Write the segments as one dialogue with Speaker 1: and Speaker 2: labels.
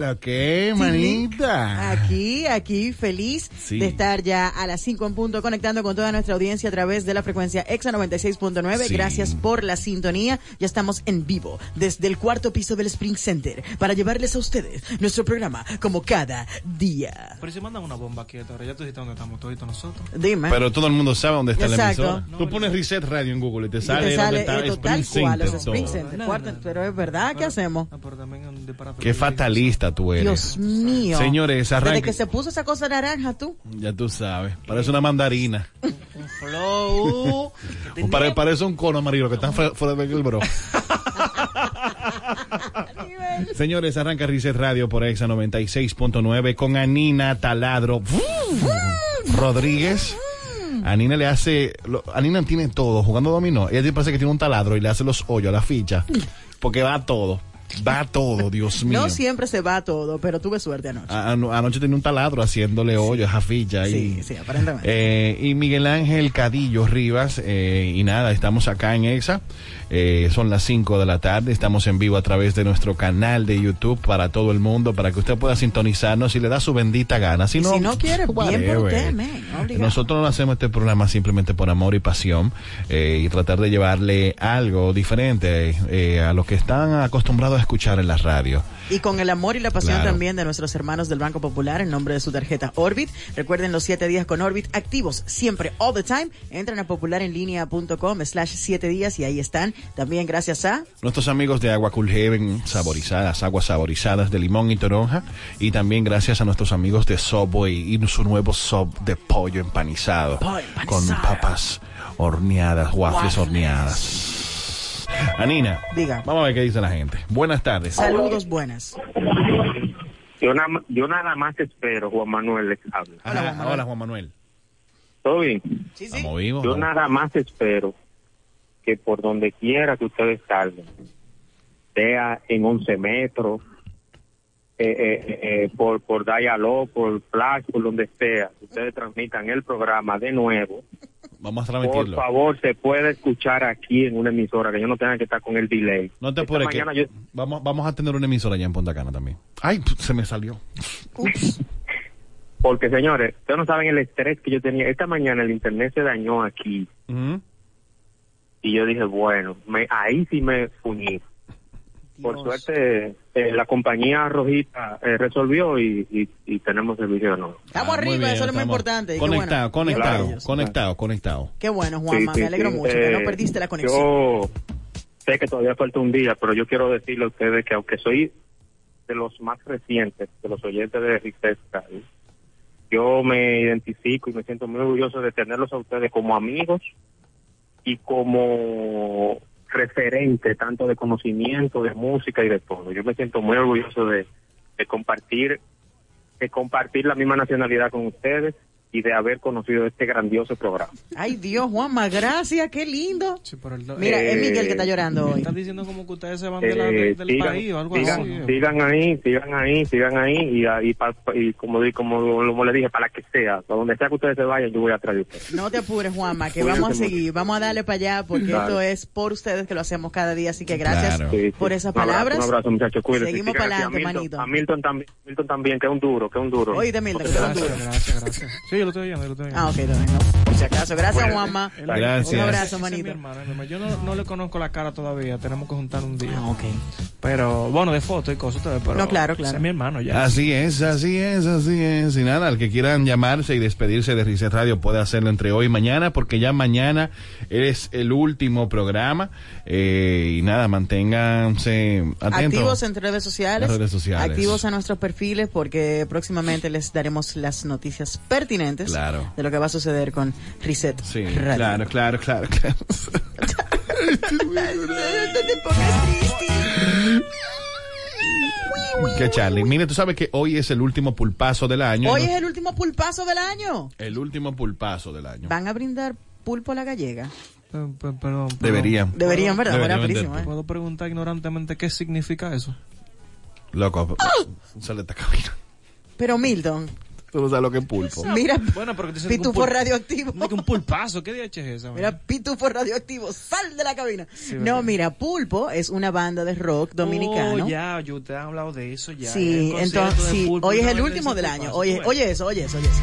Speaker 1: ¿La qué, manita?
Speaker 2: Aquí, aquí, feliz
Speaker 1: Ah. Sí.
Speaker 2: de estar ya a las 5 en punto conectando con toda nuestra audiencia a través de la frecuencia EXA 96.9.
Speaker 1: Sí.
Speaker 2: Gracias por la sintonía. Ya estamos en vivo desde el cuarto piso del Spring Center para llevarles a ustedes nuestro programa como cada día.
Speaker 3: Pero si mandan una bomba aquí ahora, ya tú dijiste dónde estamos toditos nosotros.
Speaker 2: Dime.
Speaker 1: Pero todo el mundo sabe dónde está
Speaker 2: Exacto.
Speaker 1: la emisora. Tú pones Reset Radio en Google y te
Speaker 2: Y
Speaker 1: sale, dónde
Speaker 2: te sale
Speaker 1: está
Speaker 2: eh, total
Speaker 1: Spring
Speaker 2: cual, los
Speaker 1: Center, todo.
Speaker 2: Spring Center.
Speaker 3: No,
Speaker 2: cuarto-
Speaker 3: no.
Speaker 2: pero es verdad, ¿qué
Speaker 3: Pero-
Speaker 2: hacemos?
Speaker 3: No, pero también un disparate.
Speaker 1: Qué fatalista tú eres.
Speaker 2: Dios mío.
Speaker 1: Señores,
Speaker 2: Desde
Speaker 1: arranque.
Speaker 2: que se puso esa cosa naranja, tú.
Speaker 1: Ya tú sabes. Parece una mandarina.
Speaker 3: Un flow.
Speaker 1: O pare- parece un cono amarillo que está fuera fuera del bro. Señores, arranca Reset Radio por Exa 96.9 con Anina Taladro Rodríguez. Anina le hace. lo- Anina tiene todo, jugando dominó. Ella tiene- parece que tiene un taladro y le hace los hoyos a la ficha. Porque va todo. Va todo, Dios mío.
Speaker 2: No siempre se va todo, pero tuve suerte anoche.
Speaker 1: A- ano- Anoche tenía un taladro haciéndole hoyos a ficha.
Speaker 2: sí,
Speaker 1: y,
Speaker 2: sí, aparentemente.
Speaker 1: eh, y Miguel Ángel Cadillo Rivas. eh, y nada, estamos acá en EXA. eh, son las 5 de la tarde. Estamos en vivo a través de nuestro canal de YouTube para todo el mundo, para que usted pueda sintonizarnos si le da su bendita gana. Si
Speaker 2: Y
Speaker 1: no,
Speaker 2: si no quiere, bien por
Speaker 1: whatever.
Speaker 2: usted, man, obligado.
Speaker 1: Nosotros no hacemos este programa simplemente por amor y pasión eh, y tratar de llevarle algo diferente eh, a lo que están acostumbrados a escuchar en la radio.
Speaker 2: Y con el amor y la pasión
Speaker 1: Claro.
Speaker 2: también de nuestros hermanos del Banco Popular en nombre de su tarjeta Orbit. Recuerden los siete días con Orbit activos siempre, all the time. Entran a popularenlinea.com slash siete días y ahí están. También gracias a...
Speaker 1: Nuestros amigos de Agua Cool Heaven, saborizadas, aguas saborizadas de limón y toronja. Y también gracias a nuestros amigos de Subway y su nuevo sub de pollo empanizado.
Speaker 2: Pollo empanizado.
Speaker 1: Con papas horneadas, waffles,
Speaker 2: Waffles.
Speaker 1: horneadas. Anina,
Speaker 2: Diga.
Speaker 1: vamos a ver qué dice la gente. Buenas tardes.
Speaker 2: Saludos buenas.
Speaker 4: Yo, na- yo nada más espero, Juan Manuel les habla.
Speaker 1: Ajá, hola, Juan Manuel.
Speaker 4: ¿Todo bien?
Speaker 2: Sí, sí.
Speaker 1: Estamos vivos.
Speaker 4: Yo
Speaker 1: ¿no?
Speaker 4: nada más espero que por donde quiera que ustedes salgan, sea en 11 metros, eh, eh, eh, eh, por, por Dialog, por Flash, por donde sea, ustedes transmitan el programa de nuevo.
Speaker 1: Vamos a
Speaker 4: Por
Speaker 1: transmitirlo.
Speaker 4: favor, se puede escuchar aquí en una emisora, que yo no tenga que estar con el delay.
Speaker 1: No te
Speaker 4: Esta
Speaker 1: apures que
Speaker 4: mañana yo-
Speaker 1: vamos, vamos a tener una emisora allá en Punta Cana también. Ay, se me salió.
Speaker 2: Ups.
Speaker 4: Porque, señores, ustedes no saben el estrés que yo tenía. Esta mañana el internet se dañó aquí.
Speaker 1: Ujú.
Speaker 4: y yo dije, bueno, me, ahí sí me funí. Por
Speaker 2: Dios.
Speaker 4: suerte, eh, la compañía rojita eh, resolvió y, y, y tenemos servicio de nuevo.
Speaker 2: Estamos
Speaker 1: Ah, muy
Speaker 2: arriba,
Speaker 1: bien,
Speaker 2: eso es lo más
Speaker 1: estamos-
Speaker 2: importante. Y qué
Speaker 1: Conectado,
Speaker 2: bueno, bien por
Speaker 1: conectado,
Speaker 2: ellos.
Speaker 1: conectado, conectado.
Speaker 2: Qué bueno,
Speaker 4: Sí,
Speaker 2: Juanma,
Speaker 4: sí,
Speaker 2: me alegro
Speaker 4: sí.
Speaker 2: mucho que
Speaker 4: Eh,
Speaker 2: no perdiste la conexión.
Speaker 4: Yo sé que todavía falta un día, pero yo quiero decirle a ustedes que aunque soy de los más recientes, de los oyentes de Ricesta, yo me identifico y me siento muy orgulloso de tenerlos a ustedes como amigos y como referente tanto de conocimiento, de música y de todo. Yo me siento muy orgulloso de, de compartir de compartir la misma nacionalidad con ustedes y de haber conocido este grandioso programa.
Speaker 2: Ay, Dios, Juanma, gracias, qué lindo.
Speaker 3: Sí, pero el,
Speaker 2: Mira,
Speaker 4: Eh,
Speaker 2: es Miguel que está llorando
Speaker 3: me
Speaker 2: hoy.
Speaker 3: están diciendo como que ustedes se van de la-
Speaker 4: Eh,
Speaker 3: del
Speaker 4: sigan,
Speaker 3: país o algo
Speaker 4: sigan,
Speaker 3: así.
Speaker 4: sigan ahí, sigan ahí, sigan ahí y, ah, y, pa- y como, di- como, lo- como le dije, para que sea, para donde sea que ustedes se vayan, yo voy atrás de ustedes.
Speaker 2: No te apures, Juanma, que
Speaker 4: Cuídate
Speaker 2: vamos a
Speaker 4: mucho.
Speaker 2: seguir, vamos a darle para allá, porque
Speaker 4: Claro.
Speaker 2: esto es por ustedes que lo hacemos cada día, así que gracias
Speaker 1: Claro.
Speaker 4: Sí, sí.
Speaker 2: por esas
Speaker 4: Un abrazo,
Speaker 2: palabras.
Speaker 4: Un abrazo, muchachos, cuídense.
Speaker 2: Seguimos
Speaker 4: Sigan
Speaker 2: para
Speaker 4: así. A
Speaker 2: adelante,
Speaker 4: Milton-
Speaker 2: manito.
Speaker 4: A Milton también, Milton también, que es un duro, que es un duro.
Speaker 2: Oíste, Milton, que son duros.
Speaker 3: Gracias, gracias, gracias. Sí, yo lo estoy oyendo, yo lo estoy oyendo.
Speaker 2: Ah, ok, también, no. Por si acaso, gracias,
Speaker 4: Bueno.
Speaker 2: Juanma.
Speaker 3: Él-
Speaker 1: Gracias.
Speaker 2: Un
Speaker 3: Ese
Speaker 2: abrazo,
Speaker 3: es mi
Speaker 2: manito.
Speaker 3: hermano, mi hermano. Yo no, no le conozco la cara todavía, tenemos que juntar un día.
Speaker 2: Ah, ok.
Speaker 3: Pero, bueno, de foto y cosas, ustedes, pero...
Speaker 2: No, claro, claro.
Speaker 3: ese Es mi hermano ya.
Speaker 1: Así es, así es, así es. Y nada, al que quieran llamarse y despedirse de Reset Radio puede hacerlo entre hoy y mañana, porque ya mañana es el último programa. Eh, y nada, manténganse
Speaker 2: Activos
Speaker 1: atentos.
Speaker 2: en redes sociales,
Speaker 1: Las redes sociales.
Speaker 2: activos a nuestros perfiles porque próximamente les daremos las noticias pertinentes
Speaker 1: Claro.
Speaker 2: de lo que va a suceder con Reset
Speaker 1: Sí,
Speaker 2: Radio.
Speaker 1: claro, claro, claro, claro.
Speaker 2: No te pongas triste.
Speaker 1: Qué Charlie. Mire, tú sabes que hoy es el último pulpazo del año.
Speaker 2: Hoy
Speaker 1: ¿no?
Speaker 2: es el último pulpazo del año.
Speaker 1: el último pulpazo del año.
Speaker 2: Van a brindar pulpo a la gallega.
Speaker 3: Pe- pe- Perdón, perdón.
Speaker 1: Deberían.
Speaker 2: Deberían, ¿verdad? Buena
Speaker 1: Deberían
Speaker 2: buenísimo,
Speaker 1: vender
Speaker 2: ¿eh?
Speaker 3: ¿Puedo preguntar ignorantemente qué significa eso?
Speaker 2: ¡Ah!
Speaker 1: Loco, sale esta cabina.
Speaker 2: ¿eh? Pero Milton,
Speaker 1: Tú no sabes lo que es pulpo.
Speaker 2: Mira,
Speaker 3: Bueno, pues, pero que te dicen que un
Speaker 2: pitufo
Speaker 3: pul-
Speaker 2: radioactivo.
Speaker 3: Como que un pulpazo, ¿qué DH es esa?
Speaker 2: Mira,
Speaker 3: vaina?
Speaker 2: pitufo radioactivo, sal de la cabina.
Speaker 3: Sí,
Speaker 2: no,
Speaker 3: verdad.
Speaker 2: mira, Pulpo es una banda de rock dominicano.
Speaker 3: Oh, ya, yo te he hablado de eso ya.
Speaker 2: Sí,
Speaker 3: El concierto
Speaker 2: entonces,
Speaker 3: de
Speaker 2: sí,
Speaker 3: Pulpo,
Speaker 2: hoy es
Speaker 3: una
Speaker 2: el
Speaker 3: vaina
Speaker 2: último
Speaker 3: de
Speaker 2: del
Speaker 3: esos
Speaker 2: año.
Speaker 3: pulpazos,
Speaker 2: Oye,
Speaker 3: tú ves.
Speaker 2: oye eso, oye eso, oye eso.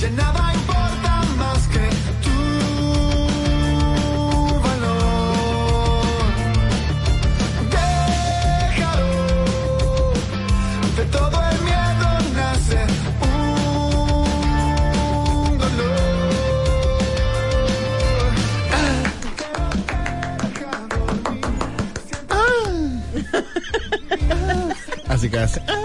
Speaker 5: Ya nada importa más que tu valor. Déjalo, de todo el miedo nace un dolor. Ah, te deja dormir. Ah.
Speaker 1: Así que hace.
Speaker 2: Ah,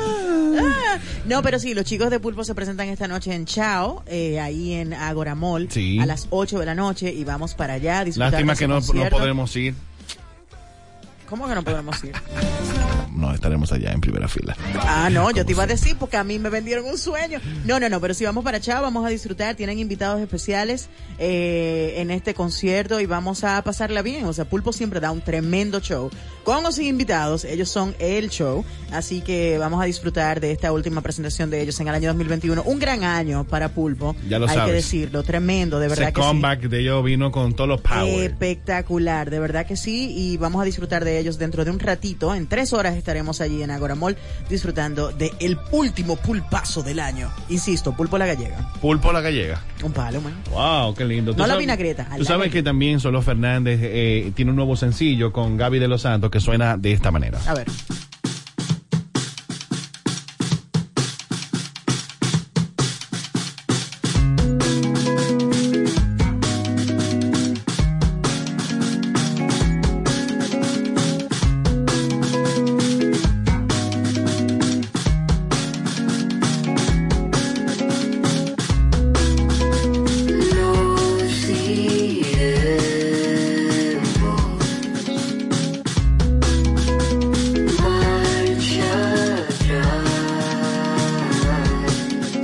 Speaker 2: No, pero sí, los chicos de Pulpo se presentan esta noche en Chao, eh, ahí en Agora Mall,
Speaker 1: Sí.
Speaker 2: a las 8 de la noche y vamos para allá a disfrutar.
Speaker 1: Lástima
Speaker 2: de ese
Speaker 1: que no, no
Speaker 2: concierto.
Speaker 1: podremos ir.
Speaker 2: ¿Cómo que no podemos ir?
Speaker 1: No estaremos allá en primera fila.
Speaker 2: Ah, no, yo te iba a decir porque a mí me vendieron un sueño. No, no, no, pero si vamos para Chao, vamos a disfrutar. Tienen invitados especiales eh, en este concierto y vamos a pasarla bien. O sea, Pulpo siempre da un tremendo show. Con o sin invitados, ellos son el show. Así que vamos a disfrutar de esta última presentación de ellos en el año 2021. Un gran año para Pulpo.
Speaker 1: Ya lo
Speaker 2: Hay que
Speaker 1: sabes.
Speaker 2: decirlo, tremendo, de verdad
Speaker 1: Ese
Speaker 2: que sí. Eh,
Speaker 1: comeback de ellos vino con todos los power.
Speaker 2: Espectacular, de verdad que sí, y vamos a disfrutar de ellos dentro de un ratito. En tres horas estaremos allí en Agora Mall disfrutando de el último pulpazo del año. Insisto, pulpo a la gallega.
Speaker 1: Pulpo a la gallega.
Speaker 2: Un palo, man.
Speaker 1: Wow, qué lindo.
Speaker 2: No la vinagreta, a
Speaker 1: Tú
Speaker 2: la
Speaker 1: sabes
Speaker 2: gallega.
Speaker 1: que también Solo Fernández eh, tiene un nuevo sencillo con Gaby de los Santos que suena de esta manera.
Speaker 2: A ver.
Speaker 6: Los tiempos marcha atrás,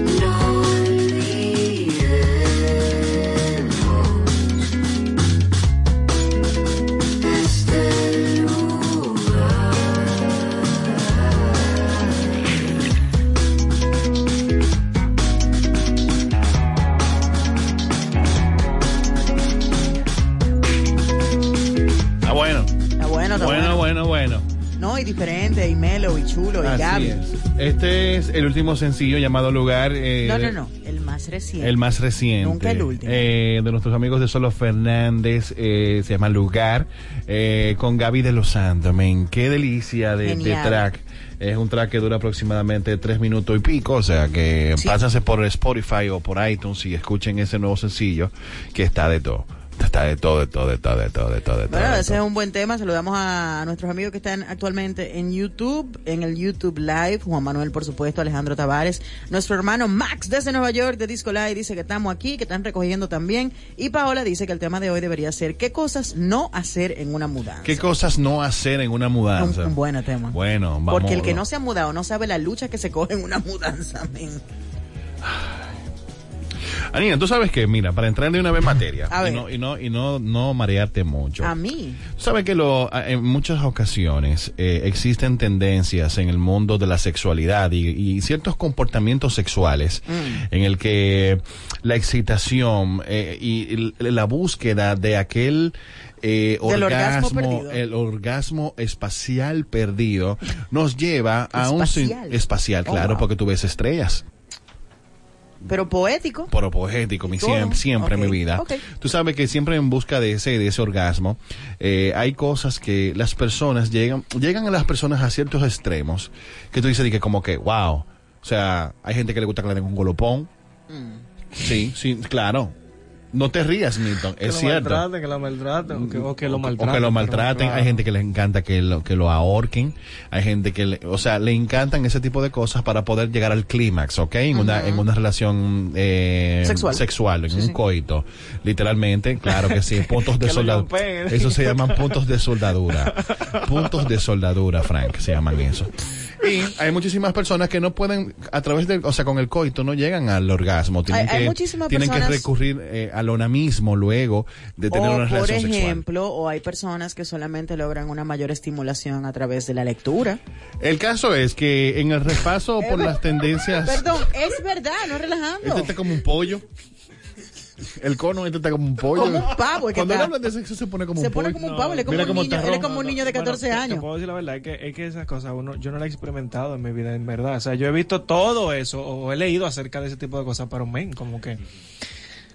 Speaker 6: no olvidemos este lugar.
Speaker 1: Ah, bueno.
Speaker 2: Está bueno, está bueno.
Speaker 1: Bueno, bueno, bueno.
Speaker 2: No, y diferente, y melo, y chulo, y
Speaker 1: Así
Speaker 2: Gaby.
Speaker 1: es. Este es el último sencillo llamado Lugar. eh,
Speaker 2: No, no, no, el más reciente.
Speaker 1: El más reciente.
Speaker 2: Nunca el último.
Speaker 1: Eh, de nuestros amigos de Solo Fernández, eh, se llama Lugar, eh, con Gaby de los Santos. Men, qué delicia de, de
Speaker 2: Genial.
Speaker 1: track. Es un track que dura aproximadamente tres minutos y pico, o sea que
Speaker 2: Sí.
Speaker 1: pásense por Spotify o por iTunes y escuchen ese nuevo sencillo que está de todo. Está de todo, de todo, de todo, de todo, de todo. de todo,
Speaker 2: Bueno,
Speaker 1: de
Speaker 2: ese es
Speaker 1: todo.
Speaker 2: un buen tema. Saludamos a nuestros amigos que están actualmente en YouTube, en el YouTube Live. Juan Manuel, por supuesto, Alejandro Tavares. Nuestro hermano Max desde Nueva York de Disco Live dice que estamos aquí, que están recogiendo también. Y Paola dice que el tema de hoy debería ser qué cosas no hacer en una mudanza.
Speaker 1: ¿Qué cosas no hacer en una
Speaker 2: un,
Speaker 1: mudanza?
Speaker 2: un buen tema.
Speaker 1: Bueno, vamos.
Speaker 2: Porque el que no se ha mudado no sabe la lucha que se coge en una mudanza, men.
Speaker 1: Anina, tú sabes que, mira, para entrar de una vez en materia
Speaker 2: A ver.
Speaker 1: y, no, y, no, y no, no marearte mucho.
Speaker 2: A mí.
Speaker 1: Sabe que lo, a- en muchas ocasiones eh, existen tendencias en el mundo de la sexualidad y, y ciertos comportamientos sexuales
Speaker 2: Mm.
Speaker 1: en el que la excitación eh, y el- la búsqueda de aquel eh,
Speaker 2: Del orgasmo perdido.
Speaker 1: el orgasmo espacial perdido nos lleva a un sin-
Speaker 2: Espacial.
Speaker 1: espacial,
Speaker 2: Oh,
Speaker 1: claro,
Speaker 2: wow.
Speaker 1: porque tú ves estrellas
Speaker 2: Pero poético.
Speaker 1: por poético, mi
Speaker 2: Todo.
Speaker 1: siempre, siempre
Speaker 2: Ok,
Speaker 1: mi vida.
Speaker 2: ok.
Speaker 1: Tú sabes que siempre en busca de ese, de ese orgasmo, eh, hay cosas que las personas llegan, llegan a las personas a ciertos extremos que tú dices de que como que, wow. O sea, hay gente que le gusta que le den un golopón. Sí, sí, claro. No te rías, Milton,
Speaker 3: Que
Speaker 1: es
Speaker 3: lo
Speaker 1: cierto.
Speaker 3: maltraten, que lo maltraten, o que, o que lo maltraten.
Speaker 1: O que lo
Speaker 3: pero
Speaker 1: maltraten,
Speaker 3: claro.
Speaker 1: hay gente que les encanta que lo, que lo ahorquen, hay gente que, le, o sea, le encantan ese tipo de cosas para poder llegar al clímax, ¿ok? En, una, en una relación eh,
Speaker 2: Sexual.
Speaker 1: en
Speaker 2: Sí,
Speaker 1: un
Speaker 2: sí.
Speaker 1: coito, literalmente, claro que sí, puntos de
Speaker 3: Que lo
Speaker 1: soldadura.
Speaker 3: yompeen.
Speaker 1: Eso se llaman puntos de soldadura. puntos de soldadura, Frank, se llaman eso. Y hay muchísimas personas que no pueden, a través del, o sea, con el coito no llegan al orgasmo. Tienen,
Speaker 2: Hay- hay
Speaker 1: que,
Speaker 2: muchísimas
Speaker 1: tienen que
Speaker 2: personas-
Speaker 1: recurrir eh, al onamismo luego de tener
Speaker 2: o,
Speaker 1: una
Speaker 2: por
Speaker 1: relación sexual.
Speaker 2: ejemplo, o hay personas que solamente logran una mayor estimulación a través de la lectura.
Speaker 1: El caso es que en el repaso por las tendencias.
Speaker 2: Perdón, es verdad, no relajando.
Speaker 1: Este está como un pollo. El cono, este está como un pollo.
Speaker 2: Como un pavo, es que
Speaker 1: Cuando él
Speaker 2: está-
Speaker 1: habla de sexo se pone como
Speaker 2: se
Speaker 1: un pollo.
Speaker 2: pone como un pavo, él es como,
Speaker 1: Mira
Speaker 2: un
Speaker 1: cómo
Speaker 2: niño,
Speaker 1: está
Speaker 2: él es
Speaker 1: rojo.
Speaker 2: como un niño de
Speaker 3: Bueno,
Speaker 2: 14
Speaker 3: te- Te
Speaker 2: años.
Speaker 3: puedo decir la verdad, es que, es que esas cosas uno, yo no las he experimentado en mi vida, en verdad. O sea, yo he visto todo eso, o he leído acerca de ese tipo de cosas, pero men, como que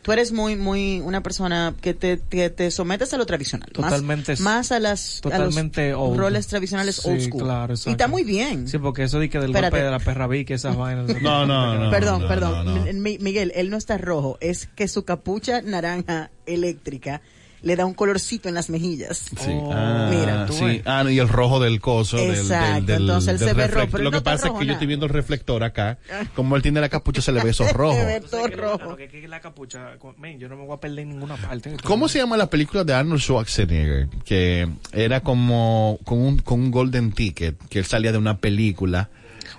Speaker 2: Tú eres muy, muy una persona que te, que te sometes a lo tradicional. más-
Speaker 3: Totalmente-
Speaker 2: Más, a las
Speaker 3: totalmente
Speaker 2: a los
Speaker 3: old.
Speaker 2: roles tradicionales
Speaker 3: Sí,
Speaker 2: old school.
Speaker 3: claro,
Speaker 2: y está
Speaker 3: exacto.
Speaker 2: muy bien.
Speaker 3: Sí, porque eso de que del
Speaker 2: Espérate.
Speaker 3: golpe de la perra vi que esas vainas. esas
Speaker 1: No,
Speaker 3: cosas,
Speaker 1: no,
Speaker 3: porque
Speaker 1: no.
Speaker 2: Perdón, perdón.
Speaker 1: no, no.
Speaker 2: Mi- mi- Miguel, él no está rojo. Es que su capucha naranja eléctrica le da un colorcito en las mejillas.
Speaker 1: Sí.
Speaker 3: Oh,
Speaker 1: ah,
Speaker 2: mira,
Speaker 3: tú
Speaker 1: sí.
Speaker 3: ves.
Speaker 1: Ah, no, y el rojo del coso. del-
Speaker 2: Exacto,
Speaker 1: del, del-
Speaker 2: entonces él
Speaker 1: del
Speaker 2: se ve
Speaker 1: reflect-
Speaker 2: rojo,
Speaker 1: Lo
Speaker 2: pero él no
Speaker 1: que
Speaker 2: está
Speaker 1: pasa es
Speaker 2: rojo
Speaker 1: que yo
Speaker 2: nada.
Speaker 1: estoy viendo el reflector acá. Como él tiene la capucha, se le ve esos rojos.
Speaker 2: Se ve todo
Speaker 3: Entonces, que-
Speaker 2: rojo.
Speaker 3: Pero que, que la capucha, con- men, yo no me voy a perder en ninguna parte.
Speaker 1: ¿Cómo se llama la película de Arnold Schwarzenegger? Que era como con un, con un golden ticket, que él salía de una película.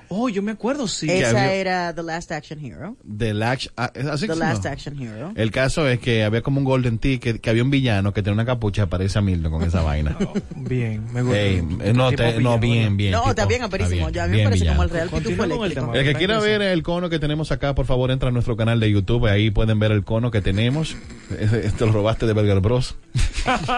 Speaker 3: Oh, yo me acuerdo, sí.
Speaker 1: Eh,
Speaker 2: Esa
Speaker 1: había-
Speaker 2: era The Last Action Hero.
Speaker 1: The Last, ah, ¿es así que
Speaker 2: The
Speaker 1: se
Speaker 2: Last
Speaker 1: llama?
Speaker 2: Action Hero.
Speaker 1: El caso es que había como un golden ticket, que había un villano que tenía una capucha, parece a Milton con esa vaina.
Speaker 3: Bien, me gusta.
Speaker 1: Ey, eh, no,
Speaker 3: Tipo
Speaker 1: te- no,
Speaker 3: villano.
Speaker 1: bien, bien.
Speaker 2: no,
Speaker 1: tipo,
Speaker 2: está bien, aperísimo.
Speaker 1: está
Speaker 2: Ya a
Speaker 1: bien,
Speaker 2: mí me
Speaker 1: bien
Speaker 2: parece como
Speaker 1: villano.
Speaker 2: el Real Pitufo
Speaker 3: Continúa con el
Speaker 2: Eléctrico.
Speaker 3: tema.
Speaker 1: El que quiera ver el cono que tenemos acá, por favor, entra a nuestro canal de YouTube. Ahí pueden ver el cono que tenemos. Ese- Este lo robaste de Burger Bros.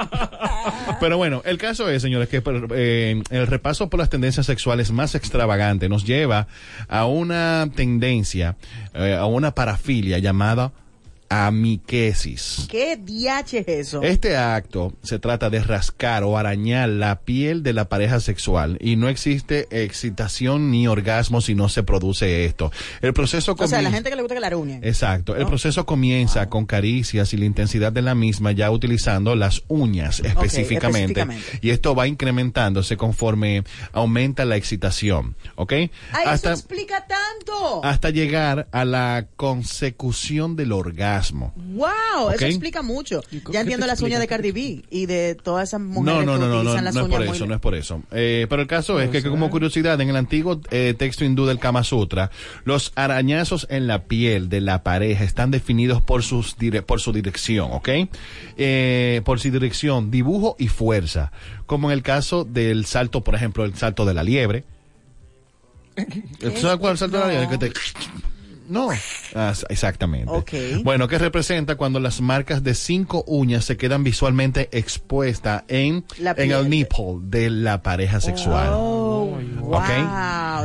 Speaker 1: Pero bueno, el caso es, señores, que per- eh, el repaso por las tendencias sexuales más extravagantes nos lleva a una tendencia, eh, a una parafilia llamada amiquesis.
Speaker 2: ¿Qué diache es eso?
Speaker 1: Este acto se trata de rascar o arañar la piel de la pareja sexual y no existe excitación ni orgasmo si no se produce esto. El proceso
Speaker 2: o sea, la
Speaker 1: comienza-
Speaker 2: gente que le gusta que la aruñen.
Speaker 1: Exacto. El proceso comienza con caricias y la intensidad de la misma ya utilizando las uñas específicamente.
Speaker 2: específicamente.
Speaker 1: Y esto va incrementándose conforme aumenta la excitación. ¿Ok?
Speaker 2: ¡Ay, eso explica tanto!
Speaker 1: hasta llegar a la consecución del orgasmo.
Speaker 2: ¡Wow!
Speaker 1: Ok.
Speaker 2: Eso explica mucho.
Speaker 3: ¿Y con-
Speaker 2: Ya
Speaker 3: qué
Speaker 2: entiendo
Speaker 3: te
Speaker 2: las uñas de
Speaker 3: explica?
Speaker 2: Cardi B y de todas esas
Speaker 1: No, no,
Speaker 2: mujeres
Speaker 1: no,
Speaker 2: que
Speaker 1: no, no,
Speaker 2: utilizan
Speaker 1: no,
Speaker 2: las
Speaker 1: es por
Speaker 2: uñas
Speaker 1: eso,
Speaker 2: muy...
Speaker 1: no es por eso. Eh, pero el caso es que, que como curiosidad, en el antiguo eh, texto hindú del Kama Sutra, los arañazos en la piel de la pareja están definidos por, sus dire- por su dirección, ¿ok? Eh, por su dirección, dibujo y fuerza. Como en el caso del salto, por ejemplo, el salto de la liebre. ¿Tú sabes cuál es el salto de la liebre? Que te- no, Ah, s- exactamente.
Speaker 2: Ok.
Speaker 1: Bueno, que representa cuando las marcas de cinco uñas se quedan visualmente expuestas en,
Speaker 2: La
Speaker 1: en el
Speaker 2: piel.
Speaker 1: nipple de la pareja sexual.
Speaker 2: ¡Oh! ¡Wow!
Speaker 1: Ok.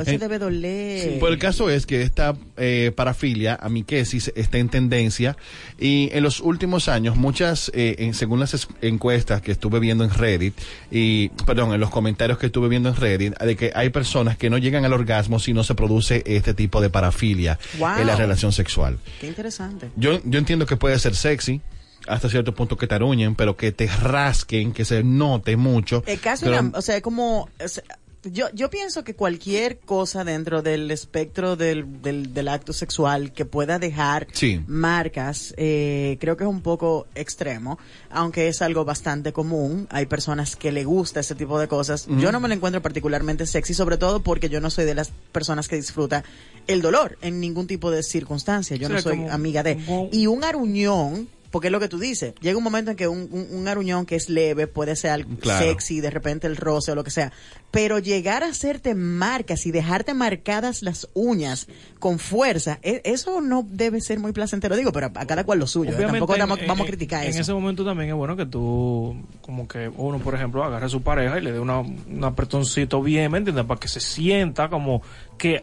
Speaker 2: Eso
Speaker 1: Eh,
Speaker 2: debe doler.
Speaker 1: Pero el caso es que esta eh, parafilia, amiquesis, está en tendencia y en los últimos años muchas, eh, en- según las es- encuestas que estuve viendo en Reddit y, perdón, en los comentarios que estuve viendo en Reddit, de que hay personas que no llegan al orgasmo si no se produce este tipo de parafilia
Speaker 2: Wow.
Speaker 1: en la relación sexual.
Speaker 2: ¡Qué interesante!
Speaker 1: Yo, yo entiendo que puede ser sexy hasta cierto punto que te aruñen, pero que te rasquen, que se note mucho.
Speaker 2: El caso,
Speaker 1: Pero-
Speaker 2: era, Eh, o sea, como... o sea, yo, yo pienso que cualquier cosa dentro del espectro del, del, del acto sexual que pueda dejar
Speaker 1: Sí.
Speaker 2: marcas, eh, creo que es un poco extremo, aunque es algo bastante común. Hay personas que le gusta ese tipo de cosas.
Speaker 1: Mm.
Speaker 2: Yo no me lo encuentro particularmente sexy, sobre todo porque yo no soy de las personas que disfruta el dolor en ningún tipo de circunstancia. Yo
Speaker 3: Sí,
Speaker 2: no soy
Speaker 3: como-
Speaker 2: amiga de...
Speaker 3: como-
Speaker 2: Y un aruñón, porque es lo que tú dices, llega un momento en que un, un, un aruñón que es leve puede ser al-
Speaker 1: Claro.
Speaker 2: sexy, de repente el roce o lo que sea, pero llegar a hacerte marcas y dejarte marcadas las uñas con fuerza, e- eso no debe ser muy placentero, digo, pero a cada cual lo suyo, ¿eh?
Speaker 3: Obviamente,
Speaker 2: tampoco
Speaker 3: en-
Speaker 2: tamo-
Speaker 3: en-
Speaker 2: vamos a criticar
Speaker 3: en
Speaker 2: eso.
Speaker 3: ese momento también es bueno que tú, como que uno, por ejemplo, agarre a su pareja y le dé una, un apretoncito bien, ¿me entiendes? Para que se sienta como que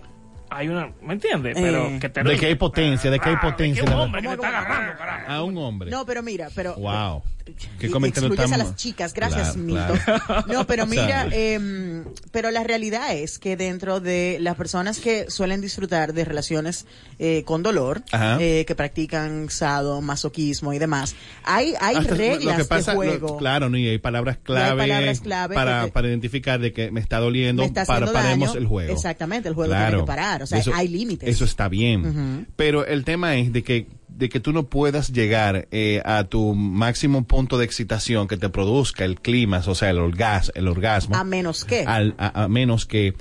Speaker 3: hay una, ¿me entiendes? Pero
Speaker 2: Eh.
Speaker 3: que te
Speaker 1: De que hay potencia, de que hay
Speaker 3: Ah,
Speaker 1: potencia,
Speaker 3: que un
Speaker 1: la-
Speaker 3: hombre que te está agarrando, carajo.
Speaker 1: a un hombre.
Speaker 2: No, pero mira, pero
Speaker 1: Wow. ¿Qué
Speaker 2: y- y
Speaker 1: comentario
Speaker 2: eh, excluyes
Speaker 1: tan-
Speaker 2: a las chicas. Gracias,
Speaker 1: Claro,
Speaker 2: Milton.
Speaker 1: claro.
Speaker 2: No, pero
Speaker 1: O
Speaker 2: mira,
Speaker 1: sea,
Speaker 2: eh, pero la realidad es que dentro de las personas que suelen disfrutar de relaciones eh, con dolor,
Speaker 1: Ajá.
Speaker 2: eh, que practican sado, masoquismo y demás, hay, hay
Speaker 1: hasta
Speaker 2: reglas de
Speaker 1: lo-
Speaker 2: juego.
Speaker 1: claro, no, y hay palabras clave,
Speaker 2: palabras clave
Speaker 1: para,
Speaker 2: que te-
Speaker 1: para identificar de que me está doliendo,
Speaker 2: Me está
Speaker 1: para,
Speaker 2: haciendo
Speaker 1: paremos
Speaker 2: daño.
Speaker 1: el juego.
Speaker 2: Exactamente, el juego tiene que parar, o sea, hay límites.
Speaker 1: Eso está bien. Pero el tema es de que, de que tú no puedas llegar eh, a tu máximo punto de excitación que te produzca el clima, o sea, el, orgas, el orgasmo.
Speaker 2: A menos que.
Speaker 1: al- a, a menos que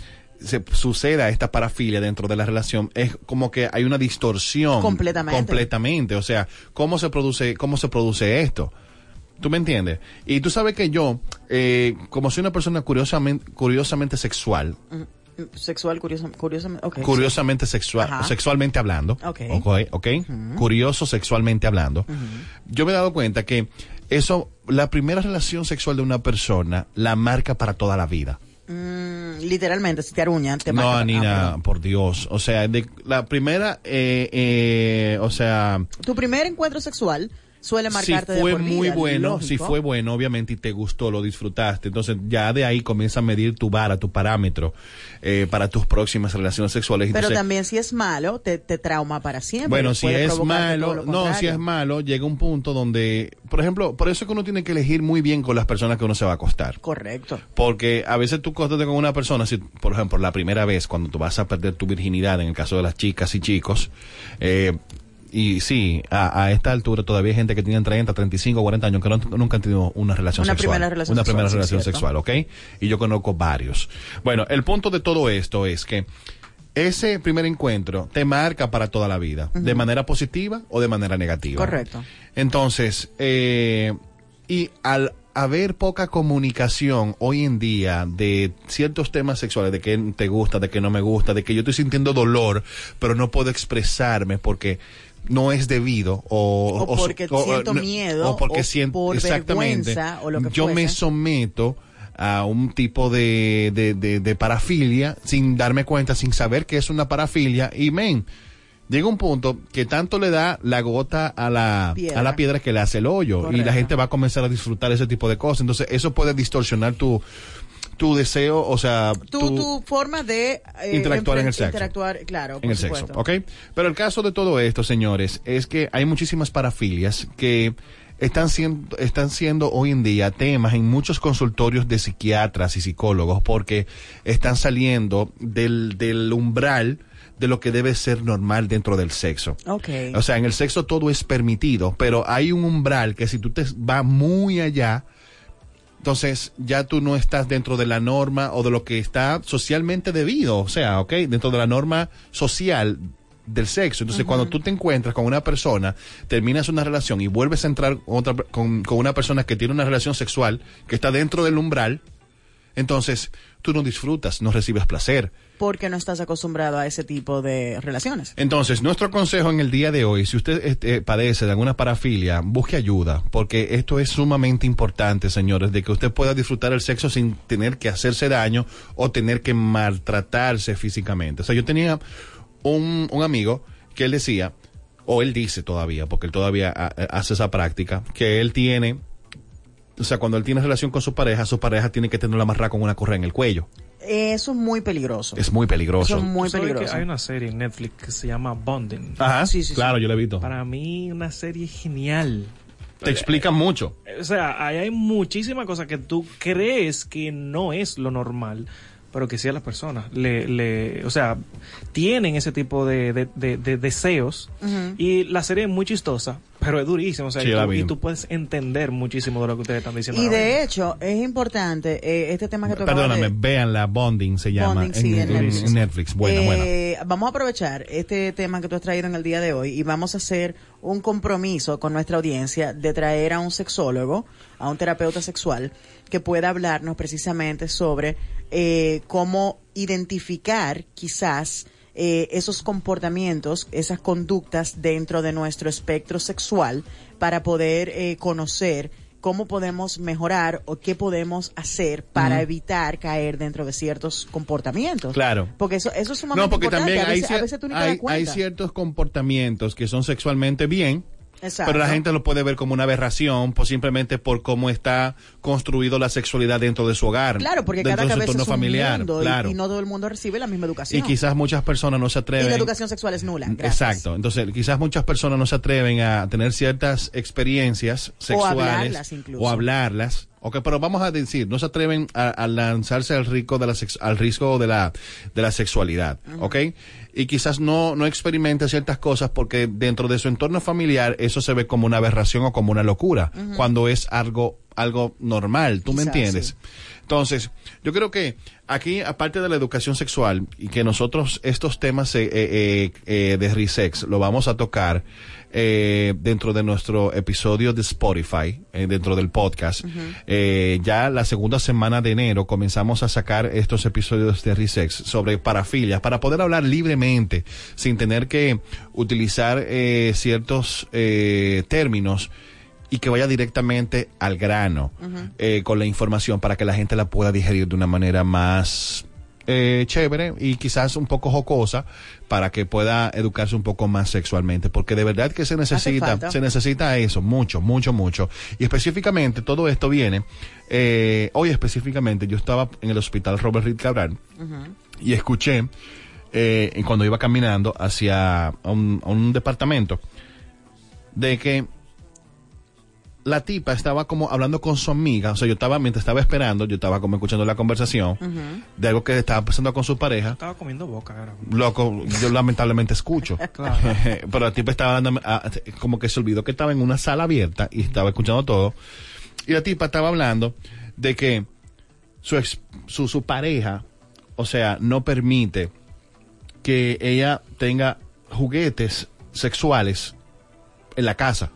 Speaker 1: se suceda esta parafilia dentro de la relación es como que hay una distorsión
Speaker 2: Completamente.
Speaker 1: completamente o sea cómo se produce cómo se produce esto tú me entiendes y tú sabes que yo eh, como soy una persona curiosamente curiosamente sexual
Speaker 2: mm, Sexual, curiosamente. curiosamente ok.
Speaker 1: curiosamente sexual
Speaker 2: Ajá.
Speaker 1: sexualmente hablando
Speaker 2: Ok.
Speaker 1: ok, ok, curioso sexualmente hablando yo me he dado cuenta que eso la primera relación sexual de una persona la marca para toda la vida
Speaker 2: Mm, literalmente, si te aruñan, te
Speaker 1: no,
Speaker 2: matan. Ah,
Speaker 1: Nina,
Speaker 2: perdón.
Speaker 1: por Dios. O sea, de, la primera, eh, eh, o sea,
Speaker 2: Tu primer encuentro sexual suele
Speaker 1: si
Speaker 2: marcarte de
Speaker 1: fue
Speaker 2: por vida,
Speaker 1: muy bueno, si
Speaker 2: lógico.
Speaker 1: fue bueno, obviamente, y te gustó, lo disfrutaste. Entonces, ya de ahí comienza a medir tu vara, tu parámetro eh, para tus próximas relaciones sexuales.
Speaker 2: Pero
Speaker 1: Entonces,
Speaker 2: también si es malo, te, te trauma para siempre.
Speaker 1: Bueno, si
Speaker 2: Puede
Speaker 1: es
Speaker 2: provocarte todo
Speaker 1: malo,
Speaker 2: lo
Speaker 1: no, si
Speaker 2: contrario.
Speaker 1: es malo, llega un punto donde, por ejemplo, por eso es que uno tiene que elegir muy bien con las personas que uno se va a acostar.
Speaker 2: Correcto.
Speaker 1: Porque a veces tú cóstate con una persona, si, por ejemplo, la primera vez cuando tú vas a perder tu virginidad, en el caso de las chicas y chicos, eh, y sí, a, a esta altura todavía hay gente que tiene 30, 35, 40 años que no- nunca han tenido una relación
Speaker 2: Una
Speaker 1: sexual.
Speaker 2: primera relación
Speaker 1: una
Speaker 2: sexual,
Speaker 1: primera
Speaker 2: sí,
Speaker 1: relación
Speaker 2: cierto.
Speaker 1: sexual, ¿ok? Y yo conozco varios. Bueno, el punto de todo esto es que ese primer encuentro te marca para toda la vida, de manera positiva o de manera negativa.
Speaker 2: Correcto.
Speaker 1: Entonces, eh, y al haber poca comunicación hoy en día de ciertos temas sexuales, de que te gusta, de que no me gusta, de que yo estoy sintiendo dolor, pero no puedo expresarme porque no es debido o,
Speaker 2: O porque siento
Speaker 1: no,
Speaker 2: miedo,
Speaker 1: o porque
Speaker 2: o
Speaker 1: siento
Speaker 2: por
Speaker 1: exactamente
Speaker 2: vergüenza, o lo que
Speaker 1: yo me
Speaker 2: fuese.
Speaker 1: someto a un tipo de, de, de- de parafilia sin darme cuenta, sin saber que es una parafilia. Y men, llega un punto que tanto le da la gota a la
Speaker 2: Piedra.
Speaker 1: a la piedra que le hace el hoyo. Y la
Speaker 2: Correcto.
Speaker 1: gente va a comenzar a disfrutar ese tipo de cosas. Entonces, eso puede distorsionar tu, tu deseo, o sea,
Speaker 2: Tu, tu forma de... eh,
Speaker 1: Interactuar en el
Speaker 2: enfren-
Speaker 1: sexo.
Speaker 2: Interactuar, claro, por
Speaker 1: en el
Speaker 2: supuesto.
Speaker 1: sexo, ¿ok? Pero el caso de todo esto, señores, es que hay muchísimas parafilias que están siendo, están siendo hoy en día temas en muchos consultorios de psiquiatras y psicólogos porque están saliendo del, del umbral de lo que debe ser normal dentro del sexo.
Speaker 2: Ok.
Speaker 1: O sea, en el sexo todo es permitido, pero hay un umbral que si tú te vas muy allá, entonces ya tú no estás dentro de la norma o de lo que está socialmente debido, o sea, ¿ok? Dentro de la norma social del sexo. Entonces, cuando tú te encuentras con una persona, terminas una relación y vuelves a entrar con, otra, con, con una persona que tiene una relación sexual, que está dentro del umbral, entonces tú no disfrutas, no recibes placer.
Speaker 2: Porque no estás acostumbrado a ese tipo de relaciones.
Speaker 1: Entonces, nuestro consejo en el día de hoy, si usted este, padece de alguna parafilia, busque ayuda, porque esto es sumamente importante, señores, de que usted pueda disfrutar el sexo sin tener que hacerse daño o tener que maltratarse físicamente. O sea, yo tenía un, un amigo que él decía, o él dice todavía, porque él todavía ha- hace esa práctica, que él tiene, o sea, cuando él tiene relación con su pareja, su pareja tiene que tenerla amarrada con una correa en el cuello.
Speaker 2: Eso es muy peligroso.
Speaker 1: Es muy peligroso.
Speaker 2: Eso es muy
Speaker 3: ¿Sabes que
Speaker 2: peligroso.
Speaker 3: Hay una serie en Netflix que se llama Bonding.
Speaker 1: Ajá,
Speaker 2: Sí, sí, sí.
Speaker 1: claro, yo lo he visto.
Speaker 3: Para mí, una serie genial.
Speaker 1: Te explican mucho.
Speaker 3: Eh, O sea, ahí hay muchísimas cosas que tú crees que no es lo normal, pero que sí a las personas le, le, o sea, tienen ese tipo de, de- de- de deseos. Y la serie es muy chistosa, pero es durísima. O sea,
Speaker 1: Sí,
Speaker 3: y,
Speaker 1: la
Speaker 3: tú,
Speaker 1: vi.
Speaker 3: y tú puedes entender muchísimo de lo que ustedes están diciendo.
Speaker 2: Y
Speaker 3: ahora
Speaker 2: de
Speaker 3: mismo.
Speaker 2: hecho, es importante eh, este tema que tocamos.
Speaker 1: Perdóname, vean la Bonding se llama
Speaker 2: Bonding, sí,
Speaker 1: en,
Speaker 2: en
Speaker 1: en- en
Speaker 2: Netflix.
Speaker 1: Netflix. Buena, buena.
Speaker 2: Eh, Vamos a aprovechar este tema que tú has traído en el día de hoy y vamos a hacer un compromiso con nuestra audiencia de traer a un sexólogo, a un terapeuta sexual, que pueda hablarnos precisamente sobre eh, cómo identificar quizás eh, esos comportamientos, esas conductas dentro de nuestro espectro sexual para poder eh, conocer cómo podemos mejorar o qué podemos hacer para evitar caer dentro de ciertos comportamientos.
Speaker 1: Claro.
Speaker 2: Porque eso, eso es sumamente
Speaker 1: No, porque
Speaker 2: importante.
Speaker 1: también
Speaker 2: a
Speaker 1: hay,
Speaker 2: veces,
Speaker 1: cier-
Speaker 2: a veces tú ni te
Speaker 1: hay-
Speaker 2: das cuenta.
Speaker 1: hay ciertos comportamientos que son sexualmente bien
Speaker 2: Exacto.
Speaker 1: Pero la gente lo puede ver como una aberración por simplemente por cómo está construido la sexualidad dentro de su hogar.
Speaker 2: Claro, porque
Speaker 1: dentro
Speaker 2: cada
Speaker 1: de su
Speaker 2: cabeza
Speaker 1: entorno
Speaker 2: es un
Speaker 1: familiar.
Speaker 2: mundo y-
Speaker 1: claro.
Speaker 2: y, no todo el mundo recibe la misma educación.
Speaker 1: Y quizás muchas personas no se
Speaker 2: Y
Speaker 1: atreven.
Speaker 2: la educación sexual es nula. gracias.
Speaker 1: Exacto. Entonces, quizás muchas personas no se atreven a tener ciertas experiencias sexuales
Speaker 2: hablarlas incluso.
Speaker 1: o hablarlas. Ok, pero vamos a decir, no se atreven a, a lanzarse al riesgo de la sex- al riesgo de la de la sexualidad, ¿ok? Y quizás no no experimenta ciertas cosas porque dentro de su entorno familiar eso se ve como una aberración o como una locura cuando es algo algo normal, ¿tú me
Speaker 2: Quizás,
Speaker 1: entiendes?
Speaker 2: sí.
Speaker 1: Entonces, yo creo que aquí, aparte de la educación sexual, y que nosotros estos temas eh, eh, eh, eh, de Resex lo vamos a tocar eh, dentro de nuestro episodio de Spotify, eh, dentro del podcast, eh, ya la segunda semana de enero comenzamos a sacar estos episodios de Resex sobre parafilias, para poder hablar libremente, sin tener que utilizar eh, ciertos eh, términos y que vaya directamente al grano eh, con la información para que la gente la pueda digerir de una manera más eh, chévere y quizás un poco jocosa para que pueda educarse un poco más sexualmente porque de verdad que se
Speaker 2: falta.
Speaker 1: necesita se necesita eso mucho mucho mucho y específicamente todo esto viene eh, hoy específicamente yo estaba en el hospital Robert Reed Cabral y escuché eh, y cuando iba caminando hacia un- un departamento de que la tipa estaba como hablando con su amiga, o sea, yo estaba, mientras estaba esperando, yo estaba como escuchando la conversación de algo que estaba pasando con su pareja.
Speaker 3: Estaba comiendo boca. Era.
Speaker 1: Loco, yo lamentablemente escucho.
Speaker 3: Claro.
Speaker 1: Pero la tipa estaba hablando, ah, como que se olvidó que estaba en una sala abierta y estaba escuchando todo. Y la tipa estaba hablando de que su, ex- su, su pareja, o sea, no permite que ella tenga juguetes sexuales en la casa.